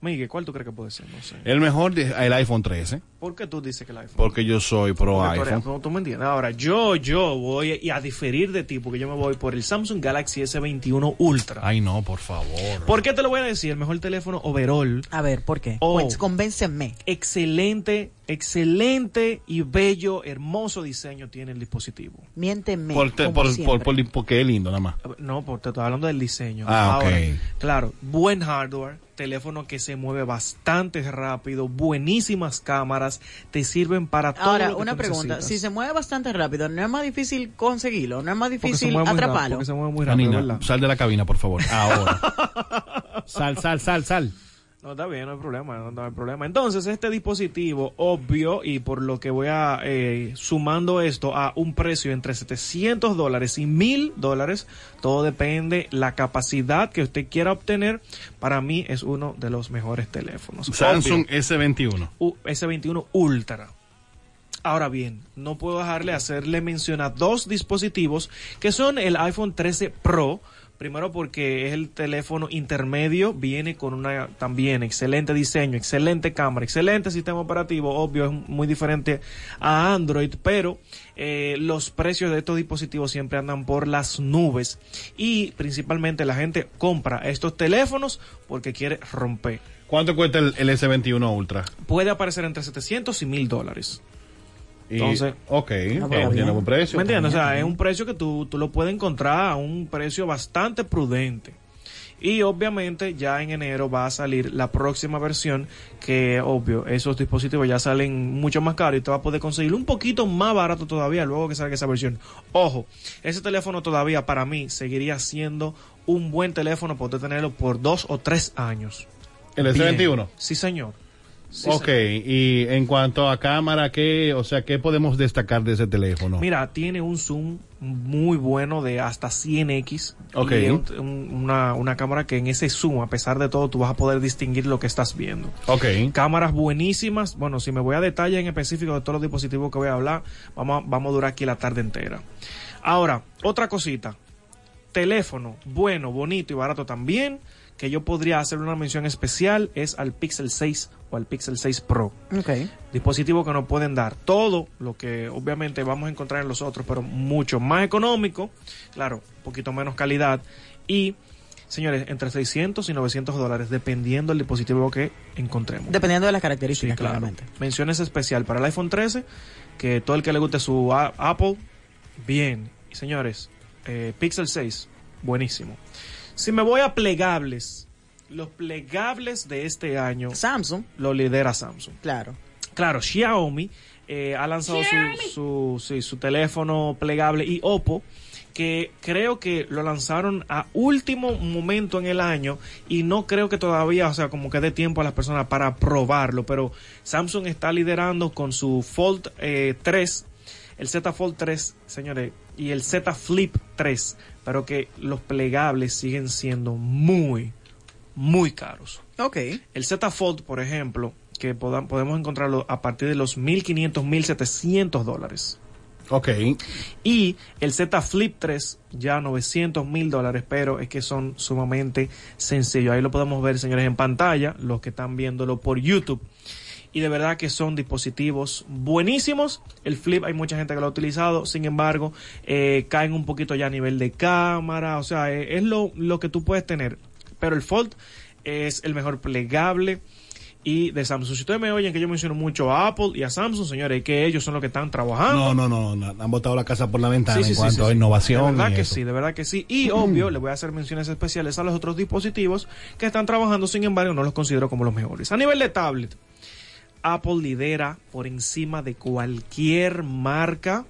Speaker 3: Miguel, ¿cuál tú crees que puede ser? No sé.
Speaker 1: El mejor, de- el iPhone 13.
Speaker 3: ¿Por qué tú dices que el iPhone?
Speaker 1: Porque yo soy pro
Speaker 3: Porque tú eres-
Speaker 1: iPhone.
Speaker 3: no, tú me entiendes. Ahora, yo, yo voy y a diferir de ti, porque yo me voy por el Samsung Galaxy S21 Ultra.
Speaker 1: Ay, no, por favor.
Speaker 3: ¿Por qué te lo voy a decir? El mejor teléfono overall.
Speaker 2: A ver, ¿por qué?
Speaker 3: Oh.
Speaker 2: Pues, convénceme.
Speaker 3: Excelente, excelente y bello, hermoso diseño tiene el dispositivo.
Speaker 2: Miénteme.
Speaker 1: Por, te-
Speaker 3: como
Speaker 1: por-
Speaker 3: siempre.
Speaker 1: por- por- porque es lindo, nada más.
Speaker 3: No, porque te estoy hablando del diseño.
Speaker 1: Ah, ok.
Speaker 3: Ahora, claro, buen hardware, teléfono que se mueve bastante rápido, buenísimas cámaras, te sirven para todo
Speaker 2: Ahora,
Speaker 3: lo que
Speaker 2: una
Speaker 3: tú
Speaker 2: pregunta.
Speaker 3: necesitas.
Speaker 2: Si se mueve bastante rápido, ¿no es más difícil conseguirlo? ¿No es más
Speaker 3: Porque se
Speaker 2: difícil
Speaker 3: mueve muy rápido,
Speaker 2: atraparlo?
Speaker 3: porque se mueve muy rápido,
Speaker 1: Anina,
Speaker 3: ¿verdad?
Speaker 1: sal de la cabina, por favor. Ahora. sal, sal, sal, sal.
Speaker 3: No, está bien, no hay problema, no, no hay problema. Entonces, este dispositivo, obvio, y por lo que voy a eh, sumando esto a un precio entre 700 dólares y 1000 dólares, todo depende la capacidad que usted quiera obtener, para mí es uno de los mejores teléfonos.
Speaker 1: Samsung
Speaker 3: Obvio,
Speaker 1: S21.
Speaker 3: U- S21 Ultra. Ahora bien, no puedo dejarle hacerle mención a dos dispositivos que son el iPhone 13 Pro. Primero porque es el teléfono intermedio, viene con una también excelente diseño, excelente cámara, excelente sistema operativo, obvio es muy diferente a Android, pero eh, los precios de estos dispositivos siempre andan por las nubes y principalmente la gente compra estos teléfonos porque quiere romper.
Speaker 1: ¿Cuánto cuesta el, el S21 Ultra?
Speaker 3: Puede aparecer entre 700 y 1000 dólares.
Speaker 1: Y-
Speaker 3: Entonces-
Speaker 1: ok, eh, tiene buen precio.
Speaker 3: ¿Me entiendes? O sea, es un precio que tú, tú lo puedes encontrar a un precio bastante prudente. Y obviamente ya en enero va a salir la próxima versión que obvio esos dispositivos ya salen mucho más caros y te vas a poder conseguir un poquito más barato todavía luego que salga esa versión. Ojo, ese teléfono todavía para mí seguiría siendo un buen teléfono por tenerlo por dos o tres años.
Speaker 1: ¿El
Speaker 3: Bien.
Speaker 1: S21?
Speaker 3: Sí, señor.
Speaker 1: ok, y en cuanto a cámara, ¿qué, o sea, ¿qué podemos destacar de ese teléfono?
Speaker 3: Mira, tiene un zoom muy bueno de hasta 100x.
Speaker 1: Ok.
Speaker 3: Y es un- un- una, una cámara que en ese zoom, a pesar de todo, tú vas a poder distinguir lo que estás viendo.
Speaker 1: Ok.
Speaker 3: Cámaras buenísimas. Bueno, si me voy a detalle en específico de todos los dispositivos que voy a hablar, vamos a, vamos a durar aquí la tarde entera. Ahora, otra cosita. Teléfono bueno, bonito y barato también, que yo podría hacer una mención especial, es al Pixel 6 o al Pixel 6 Pro
Speaker 2: Ok.
Speaker 3: dispositivos que nos pueden dar todo lo que obviamente vamos a encontrar en los otros, pero mucho más económico, claro, un poquito menos calidad y, señores, entre 600 y 900 dólares, dependiendo del dispositivo que encontremos.
Speaker 2: Dependiendo de las características,
Speaker 3: Claro.
Speaker 2: claramente.
Speaker 3: Menciones especial para el iPhone 13, que todo el que le guste su a- Apple, bien. Y señores, eh, Pixel 6, buenísimo. Si me voy a plegables, los plegables de este año...
Speaker 2: Samsung.
Speaker 3: Lo lidera Samsung.
Speaker 2: Claro.
Speaker 3: Claro, Xiaomi eh, ha lanzado su, su, sí, su teléfono plegable y Oppo, que creo que lo lanzaron a último momento en el año y no creo que todavía, o sea, como que dé tiempo a las personas para probarlo, pero Samsung está liderando con su Fold eh, 3, el Z Fold 3, señores, y el Z Flip 3, pero que los plegables siguen siendo muy, muy caros.
Speaker 2: Ok.
Speaker 3: El Z Fold, por ejemplo, que poda- podemos encontrarlo a partir de los 1500, 1700 dólares.
Speaker 1: Ok.
Speaker 3: Y el Z Flip 3 ya 900 mil dólares, pero es que son sumamente sencillos. Ahí lo podemos ver, señores, en pantalla, los que están viéndolo por YouTube. Y de verdad que son dispositivos buenísimos. El flip hay mucha gente que lo ha utilizado, sin embargo, eh, caen un poquito ya a nivel de cámara, o sea, eh, es lo, lo que tú puedes tener. Pero el Fold es el mejor plegable y de Samsung. Si ustedes me oyen que yo menciono mucho a Apple y a Samsung, señores, es que ellos son los que están trabajando.
Speaker 15: No, no, no, no, han botado la casa por la ventana
Speaker 3: Ah, Sí, sí,
Speaker 15: en
Speaker 3: sí,
Speaker 15: cuanto
Speaker 3: sí,
Speaker 15: a
Speaker 3: sí.
Speaker 15: innovación.
Speaker 3: De verdad
Speaker 15: y
Speaker 3: que
Speaker 15: eso. Mm.
Speaker 3: sí, de verdad que sí. Y obvio, le voy a hacer menciones especiales a los otros dispositivos que están trabajando, sin embargo, no los considero como los mejores. A nivel de tablet, Apple lidera por encima de cualquier marca.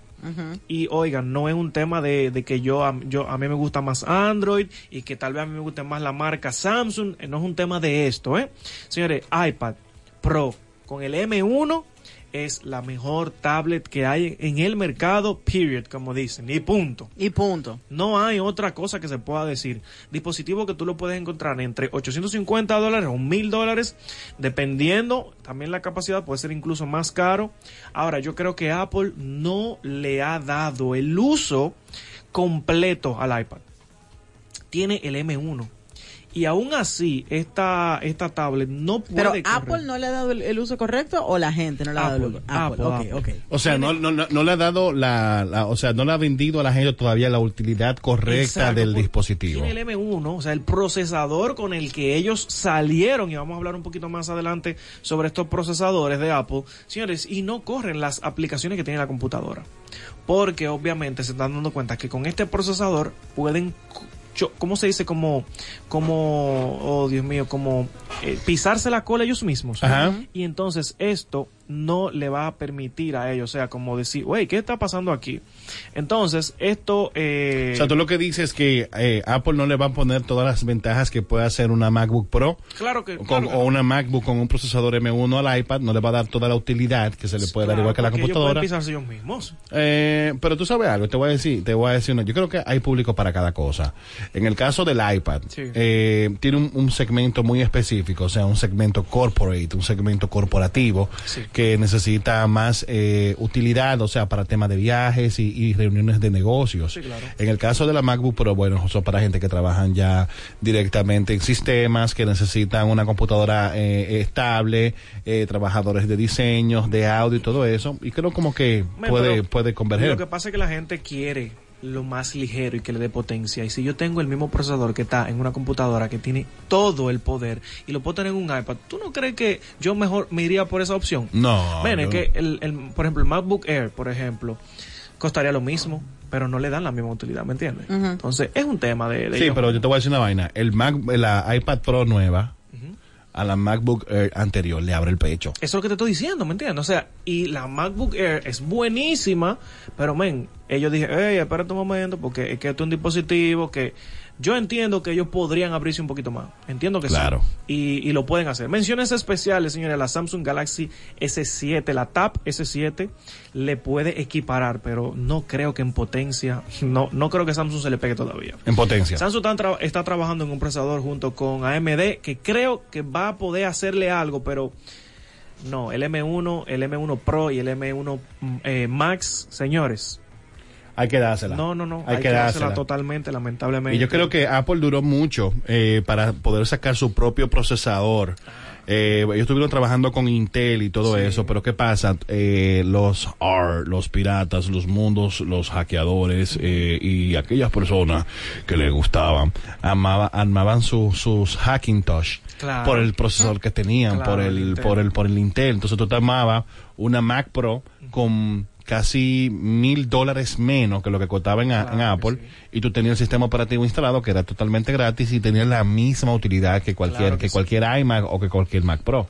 Speaker 3: Y oigan, no es un tema de, de que yo, a- yo a mí me gusta más Android y que tal vez a mí me guste más la marca Samsung. eh, No es un tema de esto, ¿eh? Señores, iPad Pro con el M1 es la mejor tablet que hay en el mercado, period, como dicen, y punto.
Speaker 2: Y punto.
Speaker 3: No hay otra cosa que se pueda decir. Dispositivo que tú lo puedes encontrar entre 850 dólares o 1000 dólares, dependiendo también la capacidad, puede ser incluso más caro. Ahora, yo creo que Apple no le ha dado el uso completo al iPad. Tiene el M1. Y aún así, esta, esta tablet no puede
Speaker 2: Pero
Speaker 3: correr.
Speaker 2: Apple no le ha dado el, el uso correcto o la gente no le ha dado el
Speaker 3: Apple,
Speaker 2: uso. Apple,
Speaker 3: Apple,
Speaker 2: ok, ok.
Speaker 1: O sea, no, no, no- no le ha dado la, la- o sea, no le ha vendido a la gente todavía la utilidad correcta
Speaker 3: Exacto,
Speaker 1: del
Speaker 3: porque
Speaker 1: dispositivo.
Speaker 3: Tiene el M1, o sea, el procesador con el que ellos salieron, y vamos a hablar un poquito más adelante sobre estos procesadores de Apple, señores, y no corren las aplicaciones que tiene la computadora. Porque obviamente se están dando cuenta que con este procesador pueden, co- cho- ¿cómo se dice? Como, como, oh Dios mío, como eh, pisarse la cola ellos mismos.
Speaker 1: Ajá.
Speaker 3: Y entonces esto no le va a permitir a ellos, o sea, como decir, wey, ¿qué está pasando aquí? Entonces, esto... eh,
Speaker 1: O sea, tú lo que dices es que eh, Apple no le va a poner todas las ventajas que puede hacer una MacBook Pro
Speaker 3: Claro que,
Speaker 1: o con-
Speaker 3: claro que
Speaker 1: o una MacBook con un procesador M1 al iPad, no le va a dar toda la utilidad que se le puede dar
Speaker 3: Claro,
Speaker 1: igual que a la
Speaker 3: porque ellos
Speaker 1: computadora.
Speaker 3: pueden pisarse ellos mismos.
Speaker 1: Eh, pero tú sabes algo, te voy a decir, te voy a decir, una- yo creo que hay público para cada cosa. En el caso del iPad, eh, tiene un, un segmento muy específico, o sea, un segmento corporate, un segmento corporativo que necesita más eh, utilidad, o sea, para temas de viajes y, y reuniones de negocios. En el caso de la MacBook Pro, bueno, son para gente que trabajan ya directamente en sistemas, que necesitan una computadora eh, estable, eh, trabajadores de diseños, de audio y todo eso. Y creo como que
Speaker 3: Men,
Speaker 1: puede,
Speaker 3: pero
Speaker 1: puede
Speaker 3: Lo
Speaker 1: converger.
Speaker 3: que pasa es que la gente quiere lo más ligero y que le dé potencia. Y si yo tengo el mismo procesador que está en una computadora que tiene todo el poder y lo puedo tener en un iPad, ¿tú no crees que yo mejor me iría por esa opción?
Speaker 1: No.
Speaker 3: Ven, es
Speaker 1: yo-
Speaker 3: que, eh, el, el- por ejemplo, el MacBook Air, por ejemplo, costaría lo mismo, pero no le dan la misma utilidad, ¿me entiendes?
Speaker 1: Ujú.
Speaker 3: Entonces, es un tema de... de
Speaker 1: Sí,
Speaker 3: ellos.
Speaker 1: pero yo te voy a decir una vaina. El Mac, la iPad Pro nueva a la MacBook Air anterior le abre el pecho.
Speaker 3: Eso es lo que te estoy diciendo, ¿me entiendes? O sea, y la MacBook Air es buenísima, pero men, ellos dije, hey, espérate un momento, porque es que esto es un dispositivo que Yo entiendo que ellos podrían abrirse un poquito más. Entiendo que claro. sí. Y, y lo pueden hacer. Menciones especiales, señores, la Samsung Galaxy S7, la Tab S7 le puede equiparar, pero no creo que en potencia, no, no creo que Samsung se le pegue todavía.
Speaker 1: En potencia.
Speaker 3: Samsung está, tra- está trabajando en un procesador junto con AMD que creo que va a poder hacerle algo, pero no, el M1, el M1 Pro y el M1 eh, Max, señores.
Speaker 1: Hay que dársela.
Speaker 3: No, no, no.
Speaker 1: Hay que dársela.
Speaker 3: totalmente, lamentablemente.
Speaker 1: Y yo creo que Apple duró mucho eh, para poder sacar su propio procesador. Eh, ellos estuvieron trabajando con Intel y todo eso, pero ¿qué pasa? Eh, los R, los piratas, los mundos, los hackeadores eh, y aquellas personas que les gustaban, amaba- armaban su- sus Hackintosh
Speaker 15: Claro.
Speaker 1: por el procesador que tenían,
Speaker 15: Claro,
Speaker 1: por,
Speaker 15: el
Speaker 1: el,
Speaker 15: Intel.
Speaker 1: por, el, por el Intel. Entonces tú te armabas una Mac Pro con casi mil dólares menos que lo que costaba en, a- en Apple y tú tenías el sistema operativo instalado que era totalmente gratis y tenía la misma utilidad que cualquier
Speaker 15: Claro
Speaker 1: que,
Speaker 15: que sí.
Speaker 1: cualquier iMac o que cualquier Mac Pro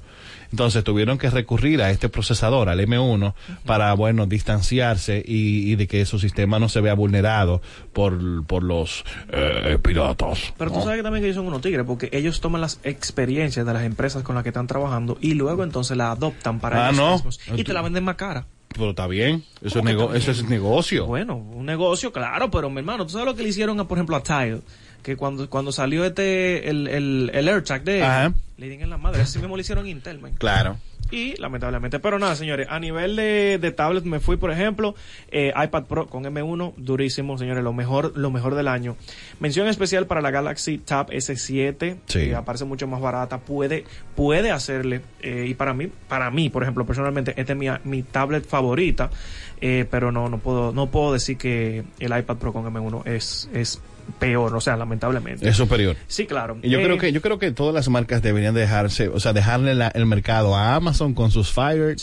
Speaker 1: entonces tuvieron que recurrir a este procesador al M1 para bueno distanciarse y, y de que su sistema no se vea vulnerado por, por los eh, piratas
Speaker 3: Pero tú
Speaker 1: ¿no?
Speaker 3: sabes que también que ellos son unos tigres, porque ellos toman las experiencias de las empresas con las que están trabajando y luego entonces la adoptan para
Speaker 1: Ah,
Speaker 3: ellos
Speaker 1: no.
Speaker 3: mismos y
Speaker 1: Tú-
Speaker 3: te la venden más cara.
Speaker 1: pero está bien eso es, nego- eso es negocio
Speaker 3: Bueno, un negocio, claro, pero mi hermano, tú sabes lo que le hicieron, a, por ejemplo, a Tile, que cuando, cuando salió este, el, el, el AirTag de
Speaker 1: Ajá.
Speaker 3: le dieron en la madre, así mismo le hicieron a Intel, man.
Speaker 1: claro
Speaker 3: Y lamentablemente, pero nada, señores, a nivel de, de tablet me fui, por ejemplo, eh, iPad Pro con M1, durísimo, señores, lo mejor, lo mejor del año. Mención especial para la Galaxy Tab S7,
Speaker 1: Sí.
Speaker 3: que aparece mucho más barata, puede, puede hacerle, eh, y para mí, para mí, por ejemplo, personalmente, esta es mi, mi tablet favorita, eh, pero no, no puedo, no puedo decir que el iPad Pro con M1 es, es peor, o sea, lamentablemente.
Speaker 1: es superior
Speaker 3: Sí, claro.
Speaker 1: Y yo
Speaker 3: Eh,
Speaker 1: creo que yo creo que todas las marcas deberían dejarse, o sea, dejarle la- el mercado a Amazon con sus Fire,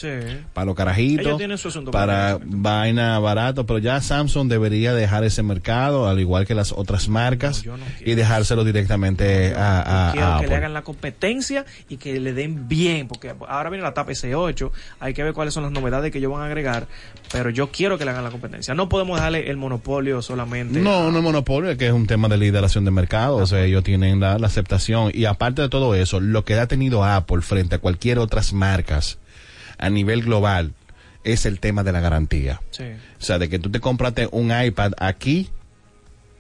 Speaker 1: para los
Speaker 3: Ellos
Speaker 1: carajitos,
Speaker 3: tienen su asunto
Speaker 1: para vaina barato, pero ya Samsung debería dejar ese mercado al igual que las otras marcas y dejárselo directamente a, a-
Speaker 3: quiero
Speaker 1: a
Speaker 3: que le
Speaker 1: Apple.
Speaker 3: hagan la competencia y que le den bien, porque ahora viene la TAP S8, hay que ver cuáles son las novedades que ellos van a agregar, pero yo quiero que le hagan la competencia. No podemos darle el monopolio solamente.
Speaker 1: No, no es monopolio, es que es un tema de lideración de mercado,
Speaker 3: Ah,
Speaker 1: o sea,
Speaker 3: pues.
Speaker 1: ellos tienen la, la aceptación. Y aparte de todo eso, lo que ha tenido Apple frente a cualquier otras marcas a nivel global es el tema de la garantía.
Speaker 3: Sí.
Speaker 1: O sea, de que tú te compraste un iPad aquí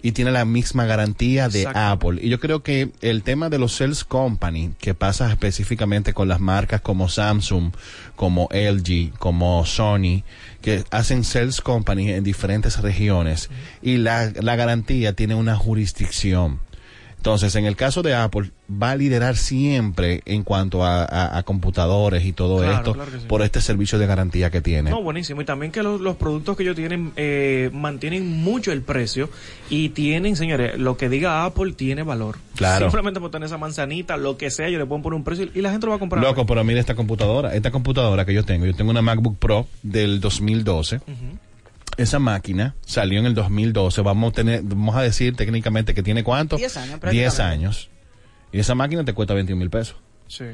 Speaker 1: y tiene la misma garantía de
Speaker 15: Exacto.
Speaker 1: Apple. Y yo creo que el tema de los sales company, que pasa específicamente con las marcas como Samsung, como LG, como Sony, que hacen sales company en diferentes regiones y la, la garantía tiene una jurisdicción. Entonces, en el caso de Apple, va a liderar siempre en cuanto a, a- a computadores y todo
Speaker 3: Claro,
Speaker 1: esto
Speaker 3: claro que sí.
Speaker 1: por este servicio de garantía que tiene.
Speaker 3: No, buenísimo. Y también que los, los productos que ellos tienen eh, mantienen mucho el precio y tienen, señores, lo que diga Apple tiene valor.
Speaker 1: Claro.
Speaker 3: Simplemente por tener esa manzanita, lo que sea, ellos le pueden poner un precio y la gente lo va a comprar.
Speaker 1: Loco, pero mira esta computadora. Esta computadora que yo tengo, yo tengo una MacBook Pro del 2012. Esa máquina salió en el 2012. Vamos a tener, vamos a decir técnicamente que tiene cuánto?
Speaker 2: 10 años,
Speaker 1: 10
Speaker 2: prácticamente.
Speaker 1: años. Y esa máquina te cuesta 21 mil pesos.
Speaker 3: Sí.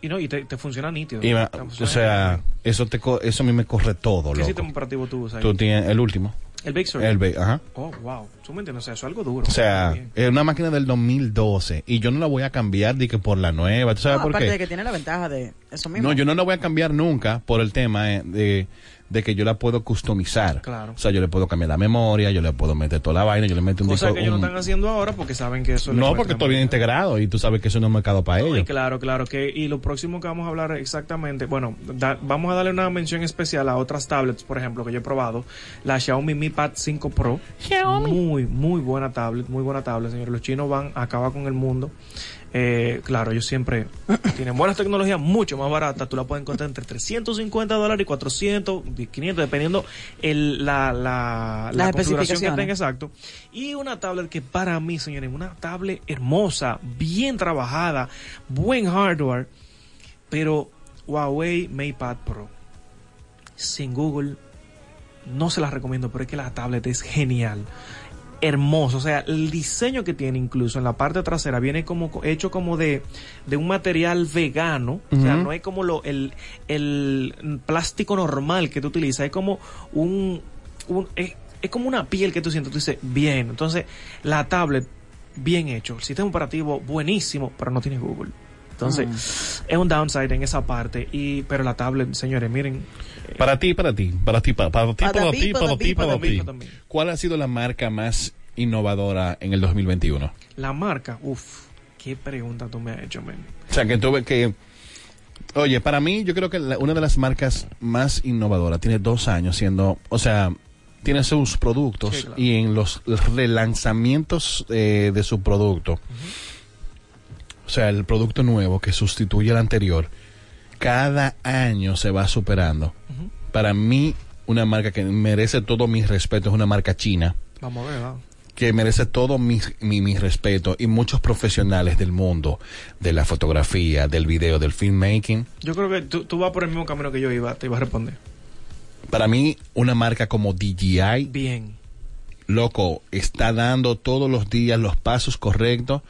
Speaker 3: Y no, y te, te funciona nítido.
Speaker 1: Y ma-
Speaker 3: Te
Speaker 1: o
Speaker 3: funciona
Speaker 1: sea, eso te co- eso a mí me corre todo,
Speaker 3: ¿Qué sistema
Speaker 1: loco.
Speaker 3: operativo tú usas? ahí?
Speaker 1: Tú tienes el último.
Speaker 3: El Big Sur.
Speaker 1: El Big, ajá.
Speaker 3: Oh, wow. Tú me entiendes, o sea, eso es algo duro.
Speaker 1: O sea,
Speaker 3: Bien.
Speaker 1: es una máquina del 2012 y yo no la voy a cambiar de que por la nueva. ¿Tú sabes
Speaker 2: No,
Speaker 1: por
Speaker 2: aparte
Speaker 1: qué?
Speaker 2: de que tiene la ventaja de eso mismo.
Speaker 1: No, yo no la voy a cambiar nunca por el tema eh, de, de que yo la puedo customizar.
Speaker 3: Claro.
Speaker 1: O sea, yo le puedo cambiar la memoria, yo le puedo meter toda la vaina, yo le meto un
Speaker 3: Cosa
Speaker 1: disco.
Speaker 3: que ellos
Speaker 1: un-
Speaker 3: no están haciendo ahora porque saben que eso les
Speaker 1: No,
Speaker 3: cuesta
Speaker 1: porque todo viene integrado y tú sabes que eso no es mercado para
Speaker 3: Y
Speaker 1: ellos.
Speaker 3: claro, claro que y lo próximo que vamos a hablar exactamente, bueno, da- vamos a darle una mención especial a otras tablets, por ejemplo, que yo he probado, la Xiaomi Mi Pad 5 Pro. Muy, muy buena tablet, muy buena tablet, señores. Los chinos van a acabar con el mundo. Eh, claro, ellos siempre tienen buenas tecnologías mucho más baratas. Tú la puedes encontrar entre 350 dólares y 400, y 500, dependiendo el, la, la, la
Speaker 2: Las
Speaker 3: configuración que
Speaker 2: especificaciones.
Speaker 3: tenga, exacto. Y una tablet que para mí, señores, una tablet hermosa, bien trabajada, buen hardware, pero Huawei MatePad Pro. Sin Google, no se las recomiendo, pero es que la tablet es genial. Hermoso, o sea, el diseño que tiene incluso en la parte trasera viene como co- hecho como de, de un material vegano, o sea,
Speaker 15: Ujú.
Speaker 3: no es como lo, el, el plástico normal que tú utilizas, es como un, un- es, es como una piel que tú sientes, tú dices, bien, entonces la tablet bien hecho, el sistema operativo buenísimo, pero no tiene Google. Entonces, es un downside en esa parte. Y, pero la tablet, señores, miren.
Speaker 1: Para ti, para ti, para ti, para, para ti,
Speaker 3: Para
Speaker 1: para
Speaker 3: mí,
Speaker 1: ti,
Speaker 3: para
Speaker 1: para
Speaker 3: mí,
Speaker 1: ti,
Speaker 3: para
Speaker 1: para
Speaker 3: mí,
Speaker 1: ti.
Speaker 3: para mí.
Speaker 1: ¿Cuál ha sido la marca más innovadora en el 2021?
Speaker 3: La marca, uff, qué pregunta tú me has hecho, men.
Speaker 1: O sea, que tuve que... Oye, para mí yo creo que la- una de las marcas más innovadoras tiene dos años siendo, o sea, tiene sus productos
Speaker 3: Sí, claro.
Speaker 1: y en los relanzamientos eh, de su producto, o sea, el producto nuevo que sustituye al anterior, cada año se va superando. Para mí, una marca que merece todo mi respeto es una marca china
Speaker 3: Vamos a ver, vamos.
Speaker 1: que merece todo mi, mi, mi respeto y muchos profesionales del mundo, de la fotografía, del video, del filmmaking.
Speaker 3: Yo creo que tú, tú vas por el mismo camino que yo iba, te iba a responder.
Speaker 1: Para mí, una marca como DJI,
Speaker 3: Bien.
Speaker 1: loco, está dando todos los días los pasos correctos.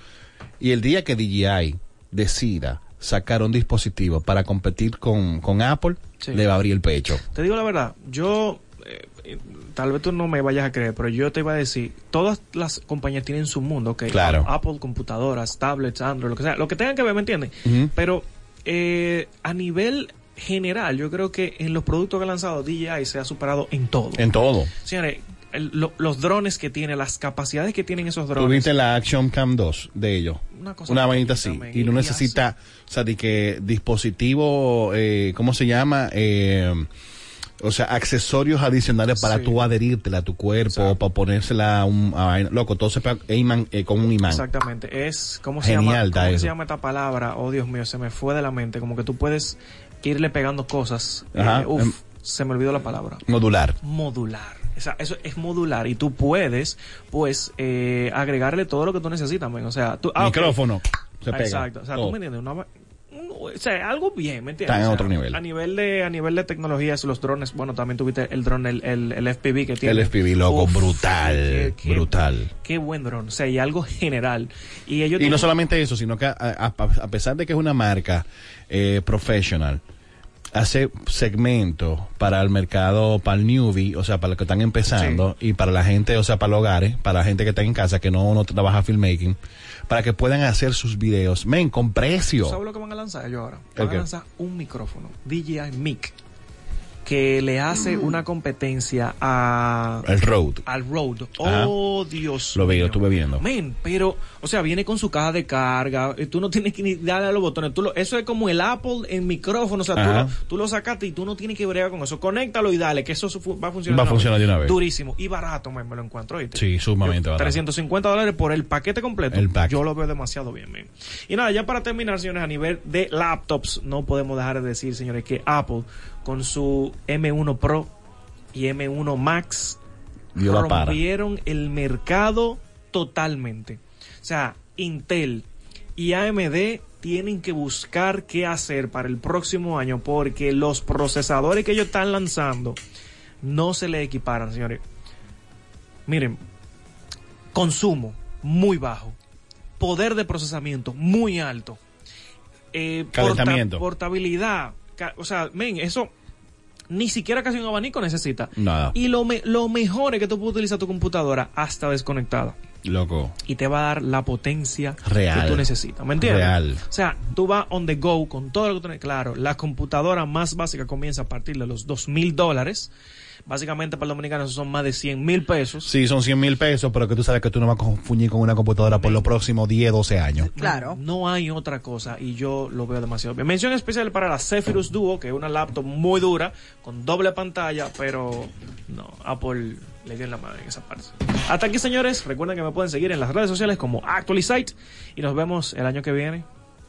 Speaker 1: Y el día que DJI decida sacar un dispositivo para competir con, con Apple,
Speaker 3: Sí.
Speaker 1: le va a abrir el pecho.
Speaker 3: Te digo la verdad, yo, eh, eh, tal vez tú no me vayas a creer, pero yo te iba a decir, todas las compañías tienen su mundo, ¿ok?
Speaker 1: Claro.
Speaker 3: Apple, computadoras, tablets, Android, lo que sea, lo que tengan que ver, ¿me entiendes?
Speaker 1: Ujú.
Speaker 3: Pero eh, a nivel general, yo creo que en los productos que ha lanzado DJI se ha superado en todo.
Speaker 1: En todo.
Speaker 3: Señores, el- lo- los drones que tiene, las capacidades que tienen esos drones.
Speaker 1: Tuviste la Action Cam 2 de ellos.
Speaker 3: Una cosa
Speaker 1: Una
Speaker 3: pequeña
Speaker 1: vainita así.
Speaker 3: también,
Speaker 1: Y no
Speaker 3: y
Speaker 1: necesita, o sea, de que dispositivo, eh, ¿cómo se llama? Eh, o sea, accesorios adicionales para
Speaker 3: Sí.
Speaker 1: tú adherírtela a tu cuerpo, para ponérsela a un a vaina. Loco, todo se pega e imán, eh, con un imán.
Speaker 3: Exactamente. Es, ¿cómo se
Speaker 1: Genial,
Speaker 3: llama? ¿Cómo que
Speaker 1: Dairo.
Speaker 3: se llama esta palabra? Oh, Dios mío, se me fue de la mente. Como que tú puedes irle pegando cosas.
Speaker 1: Ajá.
Speaker 3: Eh, uf,
Speaker 1: Em-
Speaker 3: se me olvidó la palabra.
Speaker 1: Modular.
Speaker 3: Modular. O sea, eso es modular y tú puedes, pues, eh, agregarle todo lo que tú necesitas, men. O sea, tú... ah, ok.
Speaker 1: Micrófono. Se pega. Oh.
Speaker 3: Exacto. O sea,
Speaker 1: Todo.
Speaker 3: tú me entiendes. Una va- un- o sea, algo bien, ¿me entiendes?
Speaker 1: Está en
Speaker 3: O sea,
Speaker 1: otro nivel.
Speaker 3: A nivel de, a nivel de tecnologías, los drones, bueno, también tuviste el drone, el, el, el FPV que tiene.
Speaker 1: El FPV, loco,
Speaker 3: Uf,
Speaker 1: brutal.
Speaker 3: qué- qué-
Speaker 1: brutal.
Speaker 3: Qué buen dron. O sea, y algo general. Y ellos
Speaker 1: Y no
Speaker 3: tienen-
Speaker 1: solamente eso, sino que a, a- a pesar de que es una marca eh, professional, hace segmentos para el mercado, para el newbie, o sea, para los que están empezando, y para la gente, o sea, para los hogares, para la gente que está en casa, que no, no trabaja filmmaking, para que puedan hacer sus videos, men, con
Speaker 3: ¿Tú
Speaker 1: precio.
Speaker 3: ¿Sabes lo que van a lanzar ellos ahora?
Speaker 1: ¿El
Speaker 3: Van
Speaker 1: qué?
Speaker 3: a lanzar un micrófono, DJI Mic, que le hace una competencia a...
Speaker 1: El Rode.
Speaker 3: Al Rode.
Speaker 1: Ajá.
Speaker 3: Oh, Dios
Speaker 1: Lo veo,
Speaker 3: mío.
Speaker 1: lo estuve viendo.
Speaker 3: Men, pero, o sea, viene con su caja de carga, eh, tú no tienes que ni darle a los botones, tú lo- eso es como el Apple en micrófono, o sea, tú
Speaker 1: Ajá.
Speaker 3: lo, tú lo sacaste y tú no tienes que bregar con eso, conéctalo y dale, que eso su- va a funcionar.
Speaker 1: Va a funcionar de una vez.
Speaker 3: Durísimo y barato, men, me lo encuentro, ¿oíste?
Speaker 1: Sí, sumamente barato.
Speaker 3: 350 dólares por el paquete completo.
Speaker 1: El pack.
Speaker 3: Yo lo veo demasiado bien, men. Y nada, ya para terminar, señores, a nivel de laptops, no podemos dejar de decir, señores, que Apple con su M1 Pro y M1 Max
Speaker 1: Dio la para.
Speaker 3: rompieron el mercado totalmente. O sea, Intel y AMD tienen que buscar qué hacer para el próximo año porque los procesadores que ellos están lanzando no se le equiparan, señores. Miren, consumo muy bajo, poder de procesamiento muy alto, eh, porta-
Speaker 1: Calentamiento.
Speaker 3: portabilidad, ca- o sea, men, eso ni siquiera casi un abanico necesita.
Speaker 1: Nada.
Speaker 3: Y lo, me- lo mejor es que tú puedes utilizar tu computadora hasta desconectada.
Speaker 1: Loco.
Speaker 3: Y te va a dar la potencia
Speaker 1: Real.
Speaker 3: que tú necesitas. ¿Me entiendes?
Speaker 1: Real.
Speaker 3: O sea, tú vas on the go con todo lo que tienes. Claro, la computadora más básica comienza a partir de los dos mil dólares. Básicamente para los dominicanos son más de 100 mil pesos.
Speaker 1: Sí, son 100 mil pesos, pero que tú sabes que tú no vas a confundir con una computadora por los próximos 10, 12 años.
Speaker 2: Claro.
Speaker 3: No hay otra cosa y yo lo veo demasiado bien. Mención especial para la Zephyrus Duo, que es una laptop muy dura, con doble pantalla, pero no, Apple le dio en la madre en esa parte. Hasta aquí, señores. Recuerden que me pueden seguir en las redes sociales como Actualizite y nos vemos el año que viene.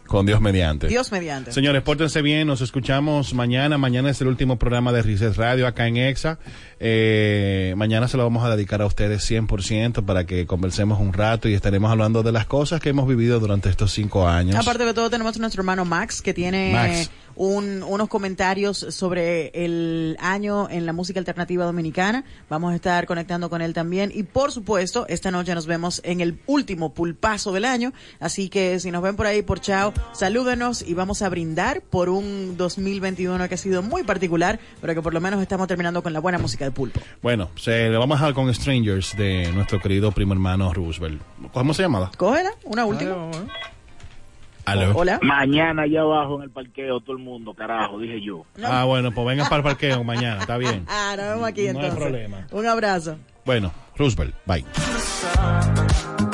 Speaker 1: Con Dios mediante.
Speaker 2: Dios mediante.
Speaker 1: Señores, pórtense bien, nos escuchamos mañana. Mañana es el último programa de Rises Radio acá en EXA. Eh, mañana se lo vamos a dedicar a ustedes 100% para que conversemos un rato y estaremos hablando de las cosas que hemos vivido durante estos cinco años.
Speaker 2: Aparte de todo, tenemos a nuestro hermano Max, que tiene
Speaker 1: Max.
Speaker 2: un- unos comentarios sobre el año en la música alternativa dominicana. Vamos a estar conectando con él también. Y por supuesto, esta noche nos vemos en el último pulpazo del año. Así que si nos ven por ahí, por chao, Salúdenos y vamos a brindar por un 2021 que ha sido muy particular, pero que por lo menos estamos terminando con la buena música de Pulpo.
Speaker 1: Bueno, se le vamos a dejar con Strangers de nuestro querido primo hermano Roosevelt. ¿Cómo se llamaba?
Speaker 2: Cógela, una última.
Speaker 1: Aló.
Speaker 12: Mañana allá abajo en el parqueo, todo el mundo, carajo, dije yo.
Speaker 1: Ah, bueno, pues vengan para el parqueo mañana, está bien.
Speaker 2: Ah, nos vemos aquí
Speaker 1: No hay
Speaker 2: entonces.
Speaker 1: problema.
Speaker 2: Un abrazo.
Speaker 1: Bueno, Roosevelt, bye.
Speaker 5: Summer.